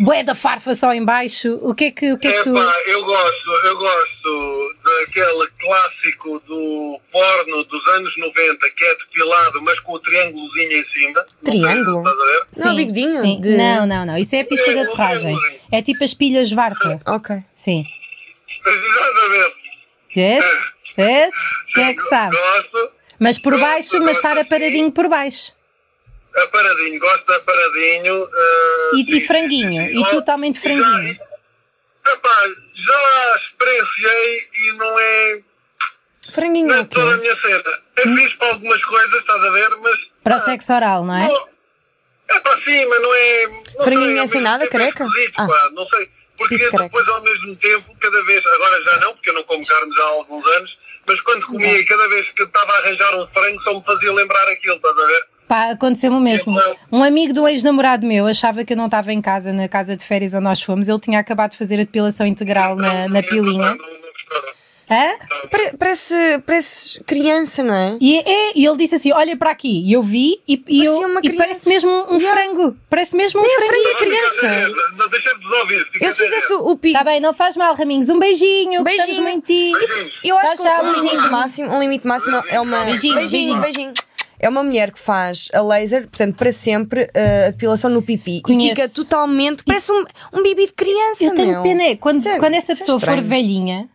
[SPEAKER 2] bué da farfa só em baixo? O que é que, o que, é que tu.
[SPEAKER 3] Epá, eu gosto, eu gosto daquele clássico do porno dos anos 90 que é depilado, mas com o triângulozinho em cima.
[SPEAKER 1] Triângulo?
[SPEAKER 3] Não sei se estás a ver?
[SPEAKER 1] Não, bigodinho?
[SPEAKER 2] sim.
[SPEAKER 1] De-
[SPEAKER 2] Não, não, não. Isso é a pista da aterragem. É tipo as pilhas Varta.
[SPEAKER 1] Ok.
[SPEAKER 2] Sim.
[SPEAKER 3] Exatamente.
[SPEAKER 2] Vês? Vês? Quem é que
[SPEAKER 3] Sim,
[SPEAKER 2] sabe?
[SPEAKER 3] Gosto,
[SPEAKER 2] Mas por
[SPEAKER 3] Gosto,
[SPEAKER 2] baixo, mas
[SPEAKER 3] gosto,
[SPEAKER 2] estar
[SPEAKER 3] sim.
[SPEAKER 2] aparadinho por baixo.
[SPEAKER 3] aparadinho, gosto de aparadinho. ah,
[SPEAKER 2] E- e
[SPEAKER 3] sim, sim,
[SPEAKER 2] franguinho,
[SPEAKER 3] sim,
[SPEAKER 2] e
[SPEAKER 3] gosto.
[SPEAKER 2] totalmente
[SPEAKER 3] Já-
[SPEAKER 2] franguinho.
[SPEAKER 3] Epá, já experienciei e não é
[SPEAKER 1] Franguinho
[SPEAKER 3] não é
[SPEAKER 1] é o quê?
[SPEAKER 3] toda a minha cena. É
[SPEAKER 2] Hum?
[SPEAKER 3] fixe para algumas coisas, estás a ver, mas
[SPEAKER 2] Para o sexo oral, não é?
[SPEAKER 3] É para cima, não é. Não
[SPEAKER 1] Franguinho
[SPEAKER 3] sei,
[SPEAKER 1] é
[SPEAKER 3] ao
[SPEAKER 1] sem
[SPEAKER 3] mesmo
[SPEAKER 1] nada,
[SPEAKER 3] tempo é
[SPEAKER 1] careca?
[SPEAKER 3] esquisito,
[SPEAKER 1] Ah.
[SPEAKER 3] pá, não sei. Porque
[SPEAKER 1] Tipo careca.
[SPEAKER 3] depois, ao mesmo tempo, cada vez. Agora já não, porque eu não como carne já há alguns anos. Mas quando comia, cada vez que estava a arranjar um frango, só me fazia lembrar aquilo, estás a ver?
[SPEAKER 2] Pá, aconteceu-me o mesmo.
[SPEAKER 3] Então-
[SPEAKER 2] Um amigo do ex-namorado meu achava que eu não estava em casa, na casa de férias onde nós fomos. Ele tinha acabado de fazer a depilação integral na,
[SPEAKER 3] Então,
[SPEAKER 2] na
[SPEAKER 3] não,
[SPEAKER 2] pilinha.
[SPEAKER 3] não, não, não,
[SPEAKER 2] Hã?
[SPEAKER 1] Pare- Parece, parece criança, não é?
[SPEAKER 2] E, é, e ele disse assim: Olha para aqui. E eu vi e, e, eu,
[SPEAKER 1] Parecia uma
[SPEAKER 2] e
[SPEAKER 1] criança.
[SPEAKER 2] parece mesmo um
[SPEAKER 1] Yeah.
[SPEAKER 2] frango. Parece mesmo um
[SPEAKER 1] Nem é
[SPEAKER 2] frango.
[SPEAKER 1] frango é
[SPEAKER 3] não,
[SPEAKER 1] criança.
[SPEAKER 3] não, não, Deixa-me ouvir.
[SPEAKER 1] Eu se fizesse o, o pi-
[SPEAKER 2] Está Tá bem, não faz mal, Raminhos. Um beijinho. Beijinho.
[SPEAKER 1] Beijinho.
[SPEAKER 2] Muito em ti.
[SPEAKER 1] Eu acho que
[SPEAKER 2] Tchau,
[SPEAKER 1] um
[SPEAKER 2] tchau.
[SPEAKER 1] limite máximo, um limite máximo é uma.
[SPEAKER 2] Beijinho, beijinho.
[SPEAKER 1] beijinho. beijinho. É uma mulher que faz a laser, portanto, para sempre, uh, a depilação no pipi.
[SPEAKER 2] Conheço.
[SPEAKER 1] E fica totalmente. Parece um, um bibi de criança,
[SPEAKER 2] Eu tenho
[SPEAKER 1] meu.
[SPEAKER 2] pena, é, quando,
[SPEAKER 1] Sério,
[SPEAKER 2] quando essa
[SPEAKER 1] isso é
[SPEAKER 2] pessoa for
[SPEAKER 1] estranho.
[SPEAKER 2] velhinha,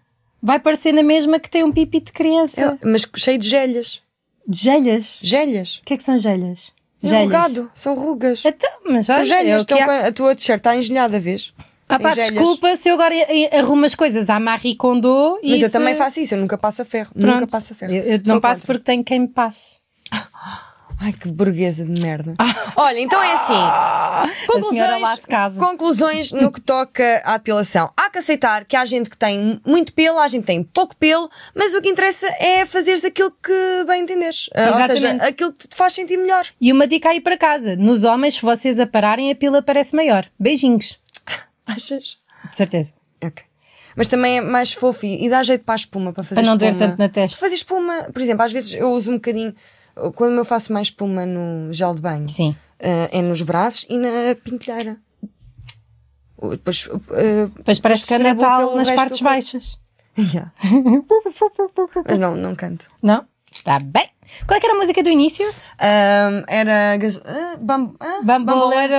[SPEAKER 2] vai parecer na mesma que tem um pipi de criança.
[SPEAKER 1] Eu- É, mas cheio de gelhas.
[SPEAKER 2] De gelhas?
[SPEAKER 1] Gelhas.
[SPEAKER 2] O que é que são gelhas?
[SPEAKER 1] É
[SPEAKER 2] Gelhas.
[SPEAKER 1] Rugado. São rugas.
[SPEAKER 2] Então, mas
[SPEAKER 1] São
[SPEAKER 2] olha, é o
[SPEAKER 1] gelhas.
[SPEAKER 2] que
[SPEAKER 1] Estão
[SPEAKER 2] há.
[SPEAKER 1] com a, a tua t-shirt está engelhada, vês? Tem
[SPEAKER 2] Ah pá,
[SPEAKER 1] gelhas.
[SPEAKER 2] desculpa se eu agora eh, arrumo as coisas à Marie Kondo e
[SPEAKER 1] Mas eu
[SPEAKER 2] se-
[SPEAKER 1] também faço isso, eu nunca passo a ferro.
[SPEAKER 2] é- Pronto.
[SPEAKER 1] Nunca passo a ferro.
[SPEAKER 2] Eu, eu não
[SPEAKER 1] Sou
[SPEAKER 2] passo
[SPEAKER 1] contra.
[SPEAKER 2] porque tenho quem me passe.
[SPEAKER 1] Ai, que burguesa de merda. Olha, então é assim.
[SPEAKER 2] Ah. senhora lá
[SPEAKER 1] Conclusões,
[SPEAKER 2] de casa.
[SPEAKER 1] conclusões no que toca à apilação. Há que aceitar que há gente que tem muito pelo, há gente que tem pouco pelo, mas o que interessa é fazeres aquilo que bem entenderes. Ah, Ou
[SPEAKER 2] Exatamente.
[SPEAKER 1] seja, aquilo que te faz sentir melhor.
[SPEAKER 2] E uma dica aí para casa: nos homens, se vocês apararem, a pila parece maior. Beijinhos.
[SPEAKER 1] Achas?
[SPEAKER 2] De certeza.
[SPEAKER 1] Ok. Mas também é mais fofo e e dá jeito para a espuma, para fazer
[SPEAKER 2] Para não doer
[SPEAKER 1] espuma.
[SPEAKER 2] tanto na testa.
[SPEAKER 1] Fazer espuma, por exemplo, às vezes eu uso um bocadinho, quando eu faço mais espuma no gel de banho.
[SPEAKER 2] Sim.
[SPEAKER 1] Ah, é nos braços e na pintelheira. O- Depois, ah,
[SPEAKER 2] Depois parece que é
[SPEAKER 1] distribuo
[SPEAKER 2] Natal
[SPEAKER 1] pelo
[SPEAKER 2] nas
[SPEAKER 1] resto
[SPEAKER 2] partes
[SPEAKER 1] do corpo.
[SPEAKER 2] baixas.
[SPEAKER 1] yeah. Mas não, não canto.
[SPEAKER 2] Não? Está bem. Qual é que era a música do início?
[SPEAKER 1] Ahm, era gaso... ah, bam- ah,
[SPEAKER 2] Bambolero,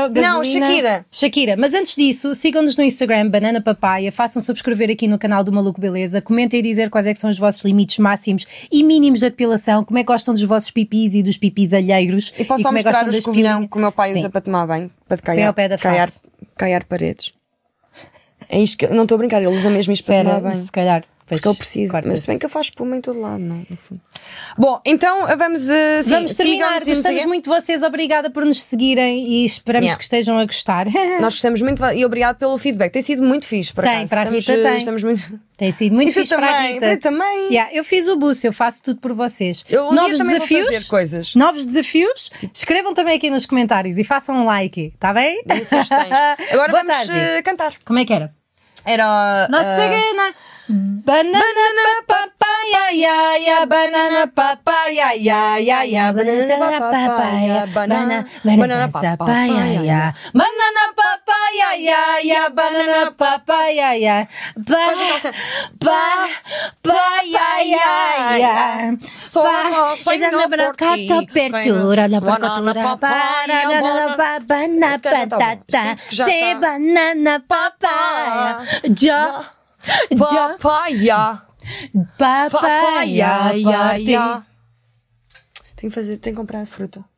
[SPEAKER 1] bambolero. Não,
[SPEAKER 2] gasolina.
[SPEAKER 1] Shakira.
[SPEAKER 2] Shakira. Mas antes disso, sigam-nos no Instagram, Banana Papaya, façam subscrever aqui no canal do Maluco Beleza, comentem e dizer quais é que são os vossos limites máximos e mínimos da depilação, como é que gostam dos vossos pipis e dos pipis alheiros.
[SPEAKER 1] E posso só
[SPEAKER 2] como é que
[SPEAKER 1] mostrar
[SPEAKER 2] gostam
[SPEAKER 1] o
[SPEAKER 2] das
[SPEAKER 1] escovilhão
[SPEAKER 2] pilinhas.
[SPEAKER 1] que o meu pai
[SPEAKER 2] Sim.
[SPEAKER 1] usa para tomar banho, para de
[SPEAKER 2] Pé
[SPEAKER 1] caiar,
[SPEAKER 2] ao pé da
[SPEAKER 1] caiar,
[SPEAKER 2] face.
[SPEAKER 1] caiar paredes. É isto que, não estou a brincar, ele usa mesmo isto para
[SPEAKER 2] Espera,
[SPEAKER 1] tomar banho.
[SPEAKER 2] se calhar. depois
[SPEAKER 1] Porque ele precisa, mas
[SPEAKER 2] corta-se.
[SPEAKER 1] se bem que ele faz espuma em todo lado, não, é? no fundo. Bom, então ah, vamos, ah, sim,
[SPEAKER 2] Vamos terminar.
[SPEAKER 1] sigam-nos e nos
[SPEAKER 2] Gostamos
[SPEAKER 1] sigam.
[SPEAKER 2] muito de vocês. Obrigada por nos seguirem e esperamos
[SPEAKER 1] Yeah.
[SPEAKER 2] que estejam a gostar.
[SPEAKER 1] Nós gostamos muito e obrigado pelo feedback. Tem sido muito fixe, por
[SPEAKER 2] É. Tem,
[SPEAKER 1] acaso.
[SPEAKER 2] para a Rita
[SPEAKER 1] estamos,
[SPEAKER 2] tem.
[SPEAKER 1] estamos muito.
[SPEAKER 2] Tem sido muito
[SPEAKER 1] Isso
[SPEAKER 2] fixe para a
[SPEAKER 1] também,
[SPEAKER 2] Rita.
[SPEAKER 1] eu também.
[SPEAKER 2] Yeah, eu fiz o buço, eu faço tudo por vocês.
[SPEAKER 1] Eu um
[SPEAKER 2] Novos
[SPEAKER 1] dia também
[SPEAKER 2] desafios?
[SPEAKER 1] vou fazer coisas. Tipo-
[SPEAKER 2] Novos desafios? Escrevam também aqui nos comentários e façam um like, está bem?
[SPEAKER 1] Deem sugestões. Agora
[SPEAKER 2] Boa
[SPEAKER 1] vamos
[SPEAKER 2] tarde.
[SPEAKER 1] eh, cantar.
[SPEAKER 2] Como é que era?
[SPEAKER 1] Era.
[SPEAKER 2] Nossa
[SPEAKER 1] eh,
[SPEAKER 2] cigana! Banana!
[SPEAKER 1] Banana papaya, ya, ya, banana papaya, ya, ya, ya, banana papaya, banana, banana papaya, ya.
[SPEAKER 2] banana papaya, ya, ya, banana papaya, ya, ba, ba, papaya, ya, ya.
[SPEAKER 1] Só
[SPEAKER 2] Ba-
[SPEAKER 1] não, só
[SPEAKER 2] banana,
[SPEAKER 1] não
[SPEAKER 2] banana,
[SPEAKER 1] por ti.
[SPEAKER 2] catapertura, la
[SPEAKER 1] Banana
[SPEAKER 2] pacotura,
[SPEAKER 1] papaya,
[SPEAKER 2] banana,
[SPEAKER 1] banana.
[SPEAKER 2] banana,
[SPEAKER 1] Esse cara já tá bom.
[SPEAKER 2] patata,
[SPEAKER 1] Sinto que já
[SPEAKER 2] se
[SPEAKER 1] tá.
[SPEAKER 2] banana papaya, já, já,
[SPEAKER 1] Papaya,
[SPEAKER 2] papaya,
[SPEAKER 1] papaya,
[SPEAKER 2] por
[SPEAKER 1] ya,
[SPEAKER 2] ti.
[SPEAKER 1] ya. Tenho que fazer, tenho que comprar fruta.